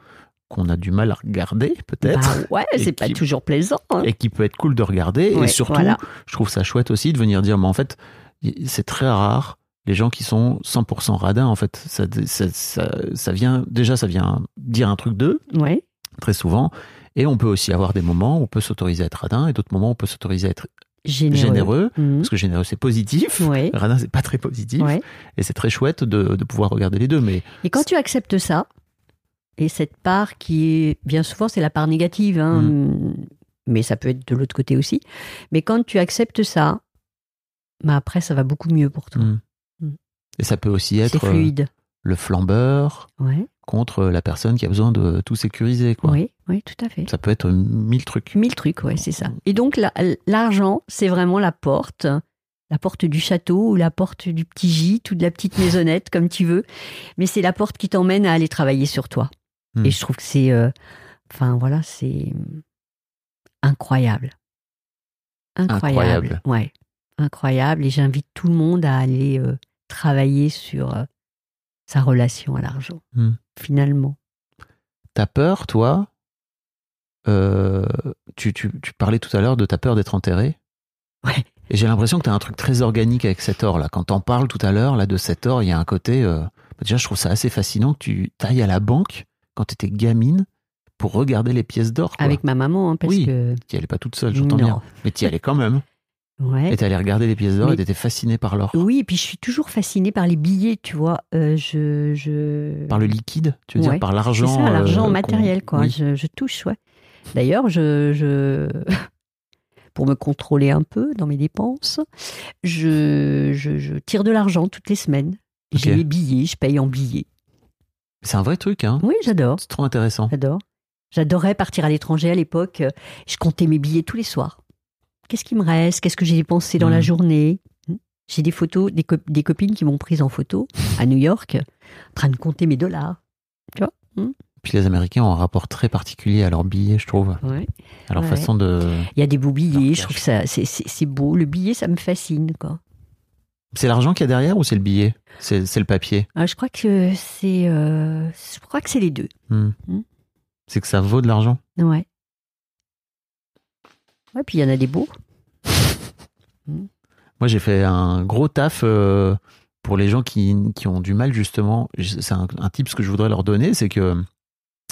qu'on a du mal à regarder peut-être.
Bah ouais,
Et
c'est pas
qui-
toujours plaisant. hein.
et qui peut être cool de regarder.
Ouais,
et surtout,
voilà.
je trouve ça chouette aussi de venir dire, mais en fait, y- c'est très rare les gens qui sont 100% radins, en fait. Ça, ça, ça, ça vient, déjà, ça vient dire un truc d'eux,
Ouais.
très souvent. Et on peut aussi avoir des moments où on peut s'autoriser à être radin et d'autres moments où on peut s'autoriser à être
Généreux.
généreux.
Mhm.
Parce que généreux, c'est positif.
Ouais.
Radin, c'est pas très positif.
Ouais.
Et c'est très chouette de, de pouvoir regarder les deux. Mais
Et quand tu acceptes ça, et cette part qui est, bien souvent, c'est la part négative, hein,
Mm.
mais ça peut être de l'autre côté aussi. Mais quand tu acceptes ça, bah après, ça va beaucoup mieux pour toi.
Mm.
Mm.
Et ça peut aussi
C'est
être euh,
fluide.
le flambeur
Ouais.
contre la personne qui a besoin de tout sécuriser. Quoi.
Oui, oui, tout à fait.
Ça peut être mille trucs.
Mille trucs, ouais, c'est
Mmh.
ça. Et donc, la- l'argent, c'est vraiment la porte, la porte du château ou la porte du petit gîte ou de la petite maisonnette, comme tu veux. Mais c'est la porte qui t'emmène à aller travailler sur toi.
Hmm.
Mmh.
Et je trouve que c'est, euh, enfin voilà, c'est incroyable.
Incroyable.
Incroyable. Ouais, incroyable. Et j'invite tout le monde à aller euh, travailler sur euh, sa relation à l'argent,
Mmh.
Hmm.
finalement.
T'as peur, toi euh, tu, tu- tu parlais tout à l'heure de ta peur d'être enterré.
Ouais.
Et j'ai l'impression que t'as un truc très organique avec cet or là. Quand t'en parles tout à l'heure, là, de cet or, il y a un côté. euh, bah, déjà, je trouve ça assez fascinant que tu ailles à la banque quand t'étais gamine pour regarder les pièces d'or. quoi.
Avec ma maman, hein, parce
Oui.
que.
T'y allais pas toute seule, j'entends
Non.
bien. Mais t'y allais quand même.
Ouais.
Et t'allais regarder les pièces d'or et
Mais-
t'étais fasciné par l'or.
Oui, et puis je suis toujours fascinée par les billets, tu vois. Euh, je, je...
Par le liquide, tu veux
Ouais.
dire, par
C'est
l'argent.
ça, l'argent
euh,
matériel,
qu'on-
quoi.
oui.
Je, je touche, ouais. D'ailleurs, je, je... pour me contrôler un peu dans mes dépenses, je, je, je tire de l'argent toutes les semaines.
Ok.
J'ai mes billets, je paye en billets.
C'est un vrai truc, hein.
Oui, j'adore,
C'est trop intéressant.
j'adore. J'adorais partir à l'étranger à l'époque. Je comptais mes billets tous les soirs. Qu'est-ce qui me reste Qu'est-ce que j'ai dépensé dans
Mhm.
la journée J'ai des photos, des, cop- des copines qui m'ont prise en photo à New York, en train de compter mes dollars.
Puis les Américains ont un rapport très particulier à leurs billets, je trouve.
Ouais.
À leur
Ouais.
façon de.
Il y a des beaux
Leur
billets,
cash.
je trouve que ça, c'est, c'est- c'est beau. Le billet, ça me fascine. Quoi.
C'est l'argent qu'il y a derrière ou c'est le billet C'est c'est le papier.
Ah, je, crois que c'est, euh, je crois que c'est les deux.
Hmm.
Hmm.
C'est que ça vaut de l'argent.
Ouais. Ouais, puis il y en a des beaux.
Moi, j'ai fait un gros taf euh, pour les gens qui, qui ont du mal, justement. Je- C'est un, un tip ce que je voudrais leur donner c'est que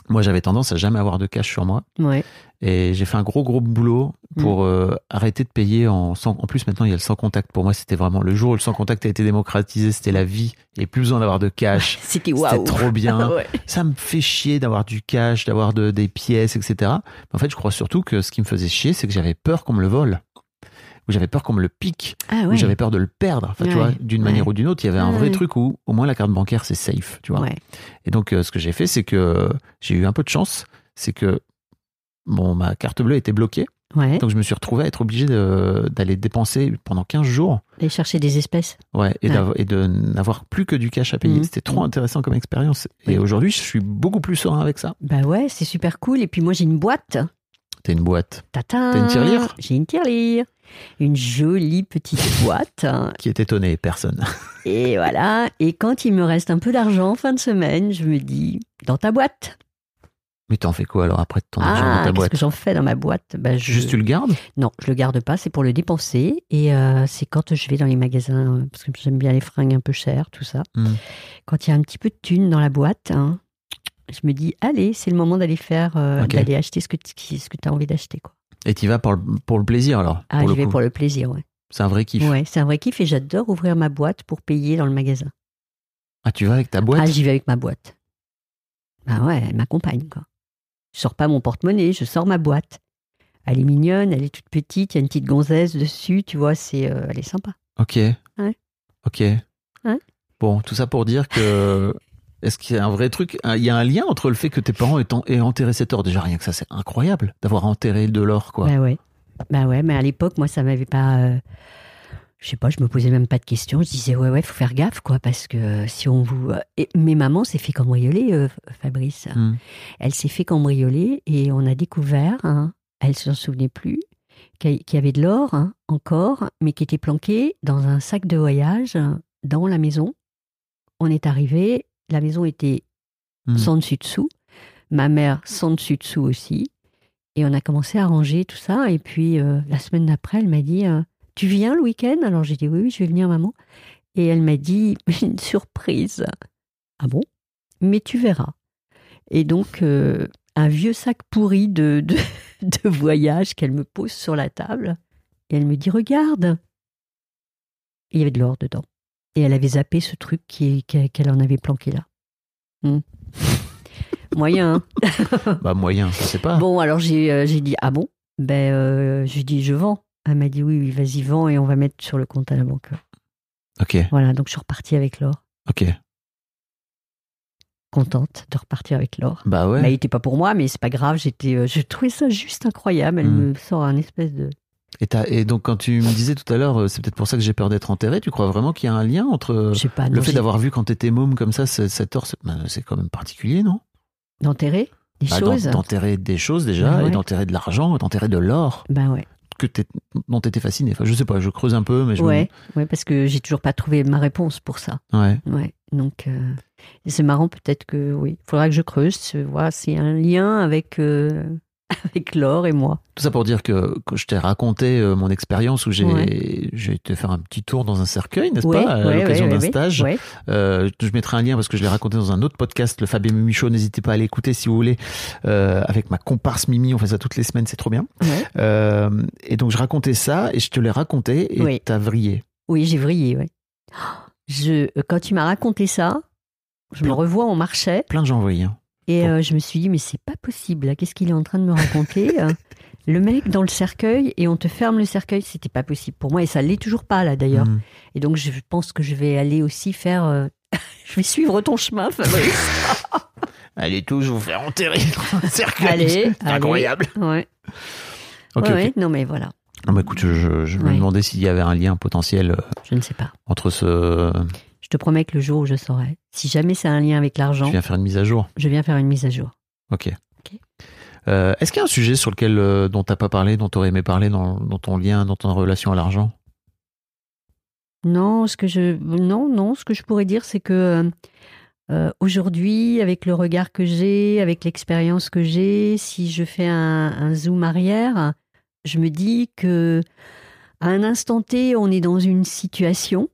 moi, j'avais tendance à jamais avoir de cash sur moi.
Ouais.
Et j'ai fait un gros, gros boulot pour
Mm.
euh, arrêter de payer en sans. En plus, maintenant, il y a le sans contact. Pour moi, c'était vraiment le jour où le sans contact a été démocratisé. C'était la vie. Et plus besoin d'avoir de cash.
C'était
C'était
waouh.
trop bien.
Ouais.
ça me fait chier d'avoir du cash, d'avoir de- des pièces, etc. Mais en fait, je crois surtout que ce qui me faisait chier, c'est que j'avais peur qu'on me le vole. Ou j'avais peur qu'on me le pique.
Ah
Ou
ouais.
j'avais peur de le perdre. Enfin, tu
Ouais.
vois, d'une
Ouais.
manière ou d'une autre, il y avait un
Ouais,
vrai
ouais.
truc où, au moins, la carte bancaire, c'est safe, tu vois.
Ouais.
Et donc, euh, ce que j'ai fait, c'est que j'ai eu un peu de chance. C'est que, bon, ma carte bleue était bloquée.
Ouais.
Donc, je me suis retrouvé à être obligé de- d'aller dépenser pendant 15 jours.
Aller chercher des espèces.
Ouais, et,
Ouais.
d'av- et de n'avoir plus que du cash à payer.
Mhm.
C'était trop intéressant comme expérience. Et
Oui.
aujourd'hui, je suis beaucoup plus serein avec ça.
Bah ouais, c'est super cool. Et puis moi, j'ai une boîte.
T'es une boîte.
Tatin.
T'as une tirelire
J'ai une tirelire. Une jolie petite boîte.
qui est étonné, personne.
Et voilà. Et quand il me reste un peu d'argent fin de semaine, je me dis, dans ta boîte.
Mais t'en fais quoi alors après de ton argent dans
Ah,
ta
qu'est-ce
boîte
que j'en fais dans ma boîte Bah, je...
Juste tu le gardes
Non, je le garde pas, c'est pour le dépenser. Et euh, c'est quand je vais dans les magasins, euh, parce que j'aime bien les fringues un peu chères, tout ça.
Mm.
Quand il y a un petit peu de thune dans la boîte, hein, je me dis, allez, c'est le moment d'aller faire, euh,
Ok.
d'aller acheter ce que tu as envie d'acheter. Quoi.
Et t'y vas pour le, pour le plaisir alors
Ah,
pour
je
le
vais
coup.
pour le plaisir, ouais.
C'est un vrai kiff.
Ouais, c'est un vrai kiff et j'adore ouvrir ma boîte pour payer dans le magasin.
Ah, tu vas avec ta boîte
Ah, j'y vais avec ma boîte. Bah ouais, elle m'accompagne, quoi. Je sors pas mon porte-monnaie, je sors ma boîte. Elle est mignonne, elle est toute petite, il y a une petite gonzesse dessus, tu vois, c'est, euh, elle est sympa.
Ok.
Ouais.
Ok.
Ouais.
Bon, tout ça pour dire que. Est-ce qu'il y a un vrai truc Ah, Il y a un lien entre le fait que tes parents aient, en- aient enterré cet or. Déjà, rien que ça, c'est incroyable d'avoir enterré de l'or, quoi.
Bah ouais. Bah ouais, mais à l'époque, moi, ça m'avait pas. euh, je sais pas, je me posais même pas de questions. Je disais, ouais, ouais, faut faire gaffe, quoi, parce que euh, si on vous. euh, Et, mais maman s'est fait cambrioler, euh, Fabrice.
Hmm.
Elle s'est fait cambrioler et on a découvert, hein, elle s'en souvenait plus, qu'il y- qu'il y avait de l'or hein, encore, mais qui était planqué dans un sac de voyage hein, dans la maison. On est arrivé, la maison était
Hmm.
sans dessus dessous, ma mère sans dessus dessous aussi, et on a commencé à ranger tout ça. Et puis euh, la semaine d'après, elle m'a dit euh, Tu viens le week-end Alors j'ai dit Oui, oui, je vais venir, maman. Et elle m'a dit Une surprise. Ah bon Mais tu verras. Et donc, euh, un vieux sac pourri de, de, de voyage qu'elle me pose sur la table. Et elle me dit Regarde Il y avait de l'or dedans. Et elle avait zappé ce truc qui- qui- qu'elle en avait planqué là. Hmm. Moyen. hein.
Bah, moyen, je sais pas.
Bon, alors j'ai euh, j'ai dit Ah bon Ben, euh, je lui ai dit Je vends. Elle m'a dit Oui, oui, vas-y, vends et on va mettre sur le compte à la banque.
Ok,
Voilà, donc je suis repartie avec l'or.
ok.
Contente de repartir avec l'or.
Bah ouais.
Bah, il n'était pas pour moi, mais c'est pas grave. J'étais, euh, je trouvais ça juste incroyable. Elle
Mm.
me sort un espèce de.
Et, t'as- et donc, quand tu me disais tout à l'heure, euh, c'est peut-être pour ça que j'ai peur d'être enterré, tu crois vraiment qu'il y a un lien entre. euh,
Je sais pas.
Le
non,
fait
j'ai-
d'avoir vu quand t'étais môme comme ça, ce- cet or, c'est ben, c'est quand même particulier, non
D'enterrer des
Bah, d'en-
choses.
D'enterrer des choses déjà,
Bah, Ouais,
et
ouais.
d'enterrer de l'argent, d'enterrer de l'or
Ben ouais,
que t'es- dont tu étais fasciné. Enfin, je sais pas, je creuse un peu, mais je. me-
ouais, ouais, parce que j'ai toujours pas trouvé ma réponse pour ça.
Ouais.
Ouais, donc euh, c'est marrant peut-être que oui, il faudra que je creuse, voir s'il y a un lien avec euh, avec l'or et moi.
Tout ça pour dire que, que je t'ai raconté euh, mon expérience où j'ai
Ouais.
j'ai été faire un petit tour dans un cercueil, n'est-ce
Ouais,
pas, à
ouais,
l'occasion
ouais,
d'un
ouais,
stage.
ouais.
Euh, je mettrai un lien parce que je l'ai raconté dans un autre podcast, le Fabien Mimi Show. N'hésitez pas à l'écouter si vous voulez. Euh, avec ma comparse Mimi, on fait ça toutes les semaines, c'est trop bien.
Ouais.
Euh, et donc je racontais ça et je te l'ai raconté et
Oui.
t'as vrillé.
Oui, j'ai vrillé. Ouais. Je, euh, quand tu m'as raconté ça, je me
Plein-
revois, on marchait
Plein de gens vrillent. hein.
et
Bon.
euh, je me suis dit mais c'est pas possible. là, Qu'est-ce qu'il est en train de me raconter euh, Le mec dans le cercueil et on te ferme le cercueil, c'était pas possible pour moi et ça l'est toujours pas là d'ailleurs.
Mhm.
Et donc je pense que je vais aller aussi faire. euh, je vais suivre ton chemin, Fabrice.
Allez tous vous faire enterrer dans un cercueil.
Allez,
C'est incroyable.
allez. Ouais.
Ok,
Ouais,
ok.
ouais, Non, mais voilà,
Non, mais écoute, je, je- je me
Ouais.
demandais s'il y avait un lien potentiel euh,
je ne sais pas.
entre ce.
Je te promets que le jour où je saurai, si jamais ça a un lien avec
Je
l'argent,
viens faire une mise à jour.
je viens faire une mise à jour.
Ok.
Ok.
Euh, Est-ce qu'il y a un sujet sur lequel euh, dont t'as pas parlé, dont t'aurais aimé parler dans, dans ton lien, dans ta relation à l'argent
Non, ce que je, non, non, ce que je pourrais dire, c'est que euh, euh, aujourd'hui, avec le regard que j'ai, avec l'expérience que j'ai, si je fais un, un zoom arrière, je me dis que à un instant T, on est dans une situation,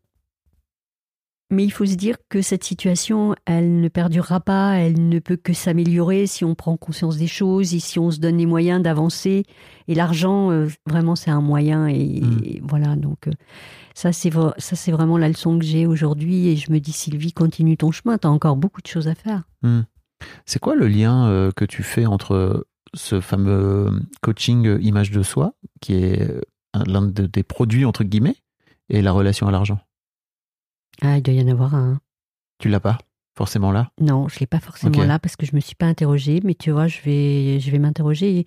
mais il faut se dire que cette situation, elle ne perdurera pas, elle ne peut que s'améliorer si on prend conscience des choses, et si on se donne les moyens d'avancer. Et l'argent, euh, vraiment, c'est un moyen. Et,
Mm.
et voilà, donc euh, ça, c'est vra- ça, c'est vraiment la leçon que j'ai aujourd'hui. Et je me dis, Sylvie, continue ton chemin, t'as encore beaucoup de choses à faire.
C'est quoi le lien euh, que tu fais entre ce fameux coaching euh, image de soi, qui est euh, un- l'un de tes produits entre guillemets, et la relation à l'argent
Ah, il doit y en avoir un. hein.
Tu l'as pas forcément là
Non, je l'ai pas forcément
Ok.
là parce que je me suis pas interrogée, mais tu vois, je vais, je vais m'interroger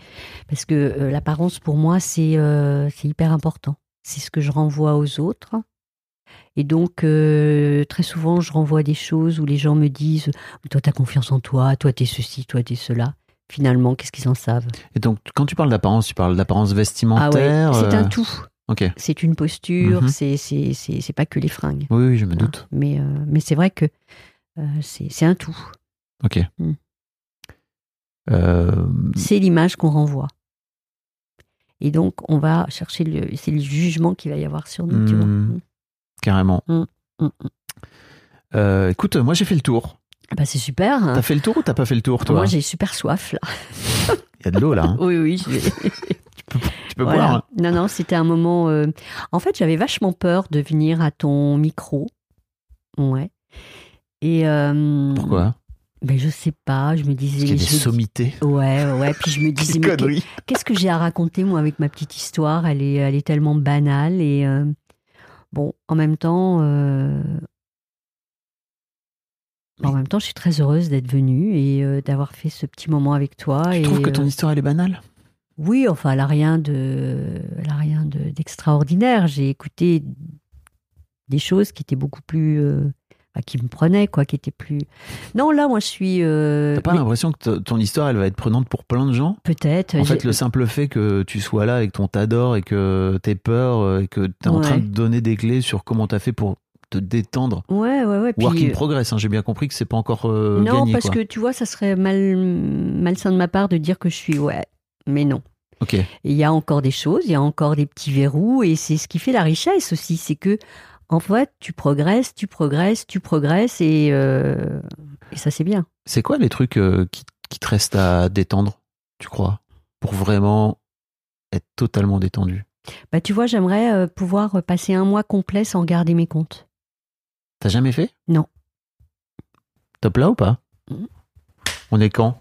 parce que euh, l'apparence pour moi c'est euh, c'est hyper important. C'est ce que je renvoie aux autres. Et donc euh, très souvent je renvoie des choses où les gens me disent toi t'as confiance en toi, toi t'es ceci, toi t'es cela. Finalement qu'est-ce qu'ils en savent
Et donc quand tu parles d'apparence, tu parles d'apparence
Ah ouais,
vestimentaire.
c'est un
euh,
tout.
Ok.
C'est une posture.
Mhm.
c'est c'est c'est c'est pas que les fringues.
Oui, oui, je me doute.
Mais euh, mais c'est vrai que euh, c'est c'est un tout.
Ok.
Mm.
Euh,
c'est l'image qu'on renvoie. Et donc, on va chercher le, c'est le jugement qu'il va y avoir sur nous. tu vois.
Hmm. carrément.
Mm, mm, mm.
Euh, écoute, moi j'ai fait le tour.
Ah Bah, c'est super. hein.
T'as fait le tour ou t'as pas fait le tour, toi
Moi, j'ai super soif là.
Il y a de l'eau là. hein.
Oui, oui. je vais-
Tu peux
Voilà.
boire. hein.
Non, non, c'était un moment. euh, En fait, j'avais vachement peur de venir à ton micro. Ouais. Et euh,
Pourquoi
Ben, je sais pas. Je me disais.
Parce qu'il y a des
je vais-
sommités.
Ouais, ouais, ouais. Puis je me disais, mais qu'est- Qu'est-ce que j'ai à raconter, moi, avec ma petite histoire elle est, elle est tellement banale. Et euh, bon, en même temps. euh, en même temps, je suis très heureuse d'être venue et euh, d'avoir fait ce petit moment avec toi.
Tu
et,
trouves que ton
euh,
histoire elle est banale
oui, enfin, elle n'a rien de, elle a rien de- d'extraordinaire. j'ai écouté des choses qui étaient beaucoup plus, euh, bah, qui me prenaient, quoi, qui étaient plus. Non, là, moi, je suis euh,
T'as pas
mais
l'impression que t- ton histoire elle va être prenante pour plein de gens
peut-être.
En
j'ai-
fait, le simple fait que tu sois là et que ton t'adore et que t'es peur euh, et que t'es en
Ouais.
train de donner des clés sur comment t'as fait pour te détendre.
Ouais, ouais, ouais.
Work
puis,
in
euh,
progress, hein, j'ai bien compris que c'est pas encore euh,
non,
gagné.
parce
quoi.
que tu vois, ça serait mal, malsain de ma part de dire que je suis ouais, mais non.
Ok.
Il y a encore des choses, il y a encore des petits verrous, et c'est ce qui fait la richesse aussi, c'est que en fait, tu progresses, tu progresses, tu progresses, et, euh, et ça c'est bien.
C'est quoi les trucs euh, qui, qui te restent à détendre, tu crois Pour vraiment être totalement détendu.
Bah tu vois, j'aimerais euh, pouvoir passer un mois complet sans garder mes comptes.
T'as jamais fait
Non.
Top là ou pas
Mhm.
On est quand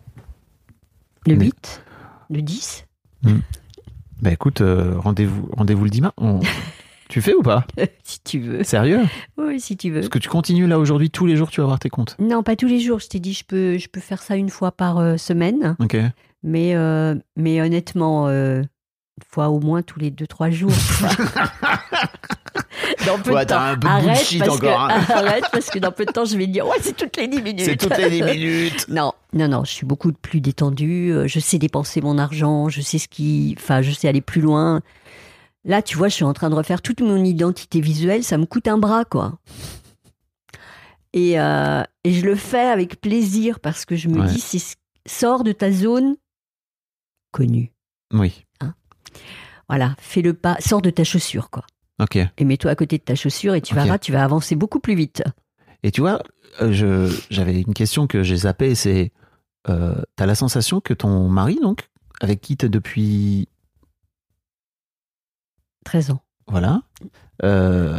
Le
Mais-
8, le 10,
Bah écoute, euh, rendez-vous rendez le dimanche. On- tu fais ou pas
si tu veux.
Sérieux
Oui, si tu veux.
Parce que tu continues là aujourd'hui, tous les jours tu vas avoir tes comptes.
Non, pas tous les jours. Je t'ai dit, je peux, je peux faire ça une fois par euh, semaine.
Ok.
Mais, euh, mais honnêtement, euh, une fois au moins tous les 2-3 jours. tu vois. dans peu
Ouais,
de temps.
t'as un peu de
arrête,
bullshit
parce
encore, hein.
que, arrête, parce que dans peu de temps, je vais dire Ouais, c'est toutes les 10 minutes.
C'est toutes les 10 minutes
non, Non, non, je suis beaucoup plus détendue. euh, Je sais dépenser mon argent. Je sais ce qui. Enfin, je sais aller plus loin. Là, tu vois, je suis en train de refaire toute mon identité visuelle. Ça me coûte un bras, quoi. Et, euh, et je le fais avec plaisir parce que je me
Ouais.
dis, c'est ce- sors de ta zone connue.
Oui.
Voilà, fais le pas, sors de ta chaussure, quoi.
Ok.
Et mets-toi à côté de ta chaussure et tu
Ok.
verras, tu vas avancer beaucoup plus vite.
Et tu vois, euh, je- j'avais une question que j'ai zappée, c'est euh, t'as la sensation que ton mari, donc, avec qui t'es depuis
13 ans.
voilà, euh,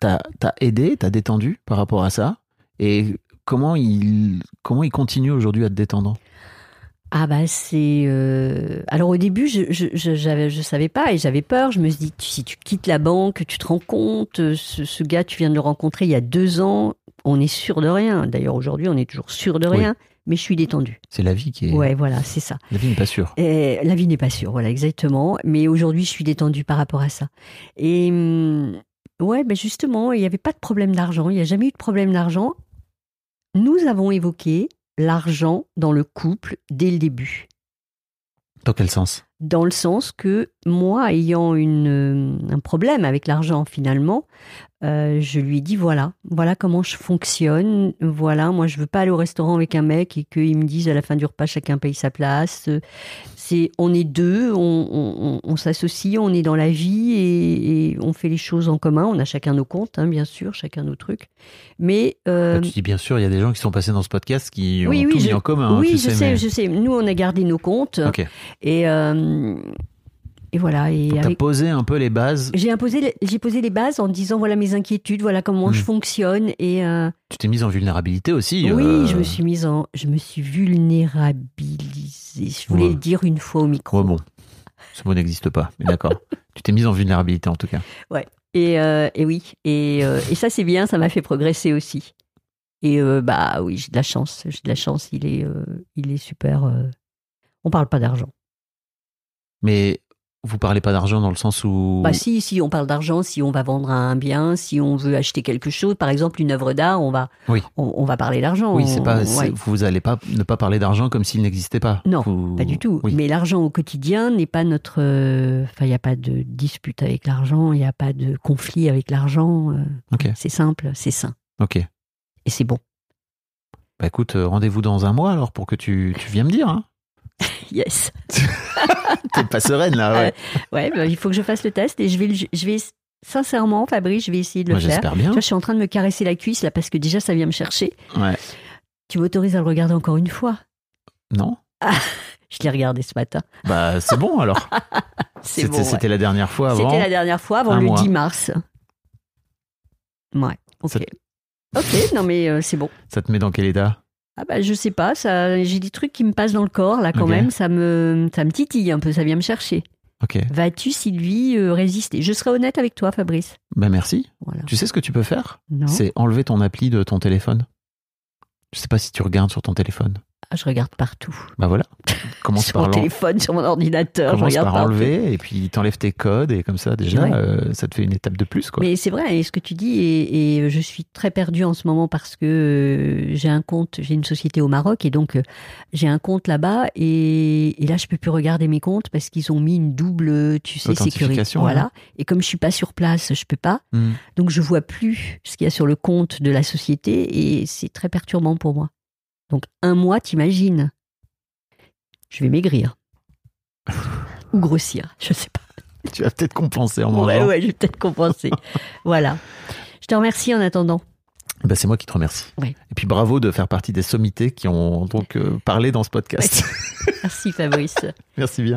t'as t'as aidé, t'as détendu par rapport à ça, et comment il comment il continue aujourd'hui à te détendre
Ah bah c'est... euh, Alors au début, je je, je, j'avais- je savais pas et j'avais peur. Je me suis dit, tu- si tu quittes la banque, tu te rends compte, euh, ce, ce gars, tu viens de le rencontrer il y a deux ans, on est sûr de rien. D'ailleurs aujourd'hui, on est toujours sûr de
Oui.
rien, mais je suis détendue.
C'est la vie qui est
Ouais, voilà, c'est ça.
la vie n'est pas sûre.
Euh, la vie n'est pas sûre, voilà, exactement. Mais aujourd'hui, je suis détendue par rapport à ça. Et hum, ouais, ben justement, il n'y avait pas de problème d'argent. Il n'y a jamais eu de problème d'argent. Nous avons évoqué l'argent dans le couple dès le début.
Dans quel sens
Dans le sens que moi, ayant une, euh, un problème avec l'argent finalement, euh, je lui ai dit voilà, voilà comment je fonctionne, voilà, moi je veux pas aller au restaurant avec un mec et qu'il me dise à la fin du repas chacun paye sa place. Euh, C'est on est deux, on, on- on- on s'associe, on est dans la vie et, et on fait les choses en commun. On a chacun nos comptes, hein, bien sûr, chacun nos trucs, mais euh,
Bah, Tu dis bien sûr, il y a des gens qui sont passés dans ce podcast
Oui,
qui ont
oui,
tout mis
je-
en commun. hein,
oui,
tu
je sais,
mais-
je sais. Nous, on a gardé nos comptes
Ok.
et euh, et voilà. Et
Donc, t'as
avec-
posé un peu les bases.
J'ai imposé, les- j'ai posé les bases en disant voilà mes inquiétudes, voilà comment
Mm.
je fonctionne et euh,
Tu t'es mise en vulnérabilité aussi.
oui,
euh,
je me suis mise en, je me suis vulnérabilisée. Je voulais
Ouais.
le dire une fois au micro.
Ouais, bon. Ce mot n'existe pas, mais d'accord. tu t'es mise en vulnérabilité en tout cas.
Et, euh, et oui, et, euh, et ça c'est bien, ça m'a fait progresser aussi. Et euh, bah oui, j'ai de la chance, j'ai de la chance. Il est, euh, il est super. euh, on parle pas d'argent.
Mais vous parlez pas d'argent dans le sens où.
Bah si, si on parle d'argent, si on va vendre un bien, si on veut acheter quelque chose, par exemple une œuvre d'art, on va,
Oui.
on, on va parler d'argent.
oui, c'est pas.
On-
c'est-
ouais.
Vous allez pas ne pas parler d'argent comme s'il n'existait pas.
Non,
Vous-
Pas du tout.
Oui.
Mais l'argent au quotidien n'est pas notre. euh, Enfin, il n'y a pas de dispute avec l'argent, il n'y a pas de conflit avec l'argent. euh,
Ok.
C'est simple, c'est sain
Ok.
et c'est bon.
Bah écoute, euh, rendez-vous dans un mois alors pour que tu, tu viens me dire. Hein.
Yes.
T'es pas sereine
Euh,
là. Ouais.
Ouais, bah, il faut que je fasse le test et je vais, le- je vais sincèrement, Fabrice, je vais essayer de le
Moi
faire.
j'espère bien.
Tu vois, je suis en train de me caresser la cuisse là parce que déjà ça vient me chercher.
Ouais.
Tu m'autorises à le regarder encore une fois
Non.
Je l'ai regardé ce matin.
Bah c'est bon alors.
C'est
C'était
bon. ouais.
c'était la dernière fois avant.
C'était la dernière fois avant
un
le
mois.
10 mars. Ouais. Ok.
Ça-
Ok. Non mais euh, c'est bon.
Ça te met dans quel état
Ah bah je sais pas, ça, j'ai des trucs qui me passent dans le corps là quand
Ok.
même, ça me, ça me titille un peu, ça vient me chercher.
Ok.
Vas-tu Sylvie euh, résister Je serai honnête avec toi Fabrice.
Bah merci.
Voilà.
Tu sais ce que tu peux faire
Non.
C'est enlever ton appli de ton téléphone. Je sais pas si tu regardes sur ton téléphone.
Ah, je regarde partout.
Bah voilà. Commence
sur
par
mon
l'en-
téléphone, sur mon ordinateur, je
Commence
regarde
par
partout.
enlever et puis t'enlèves tes codes et comme ça déjà
Ouais.
euh, ça te fait une étape de plus quoi.
Mais c'est vrai, et ce que tu dis, et, et je suis très perdue en ce moment parce que euh, j'ai un compte, j'ai une société au Maroc, et donc euh, j'ai un compte là-bas, et, et là je peux plus regarder mes comptes parce qu'ils ont mis une double, tu sais, sécurité.
Authentification, hein.
Voilà. Et comme je suis pas sur place, je peux pas.
Hmm.
Donc je vois plus ce qu'il y a sur le compte de la société, et c'est très perturbant pour moi. Donc un mois, t'imagines, je vais maigrir ou grossir, je sais pas.
Tu vas peut-être compenser en
Ouais,
mangeant.
ouais, j'ai peut-être compensé. voilà. Je te remercie en attendant.
Bah, c'est moi qui te remercie.
Ouais.
Et puis bravo de faire partie des sommités qui ont donc euh, parlé dans ce podcast.
Merci Fabrice.
Merci bien.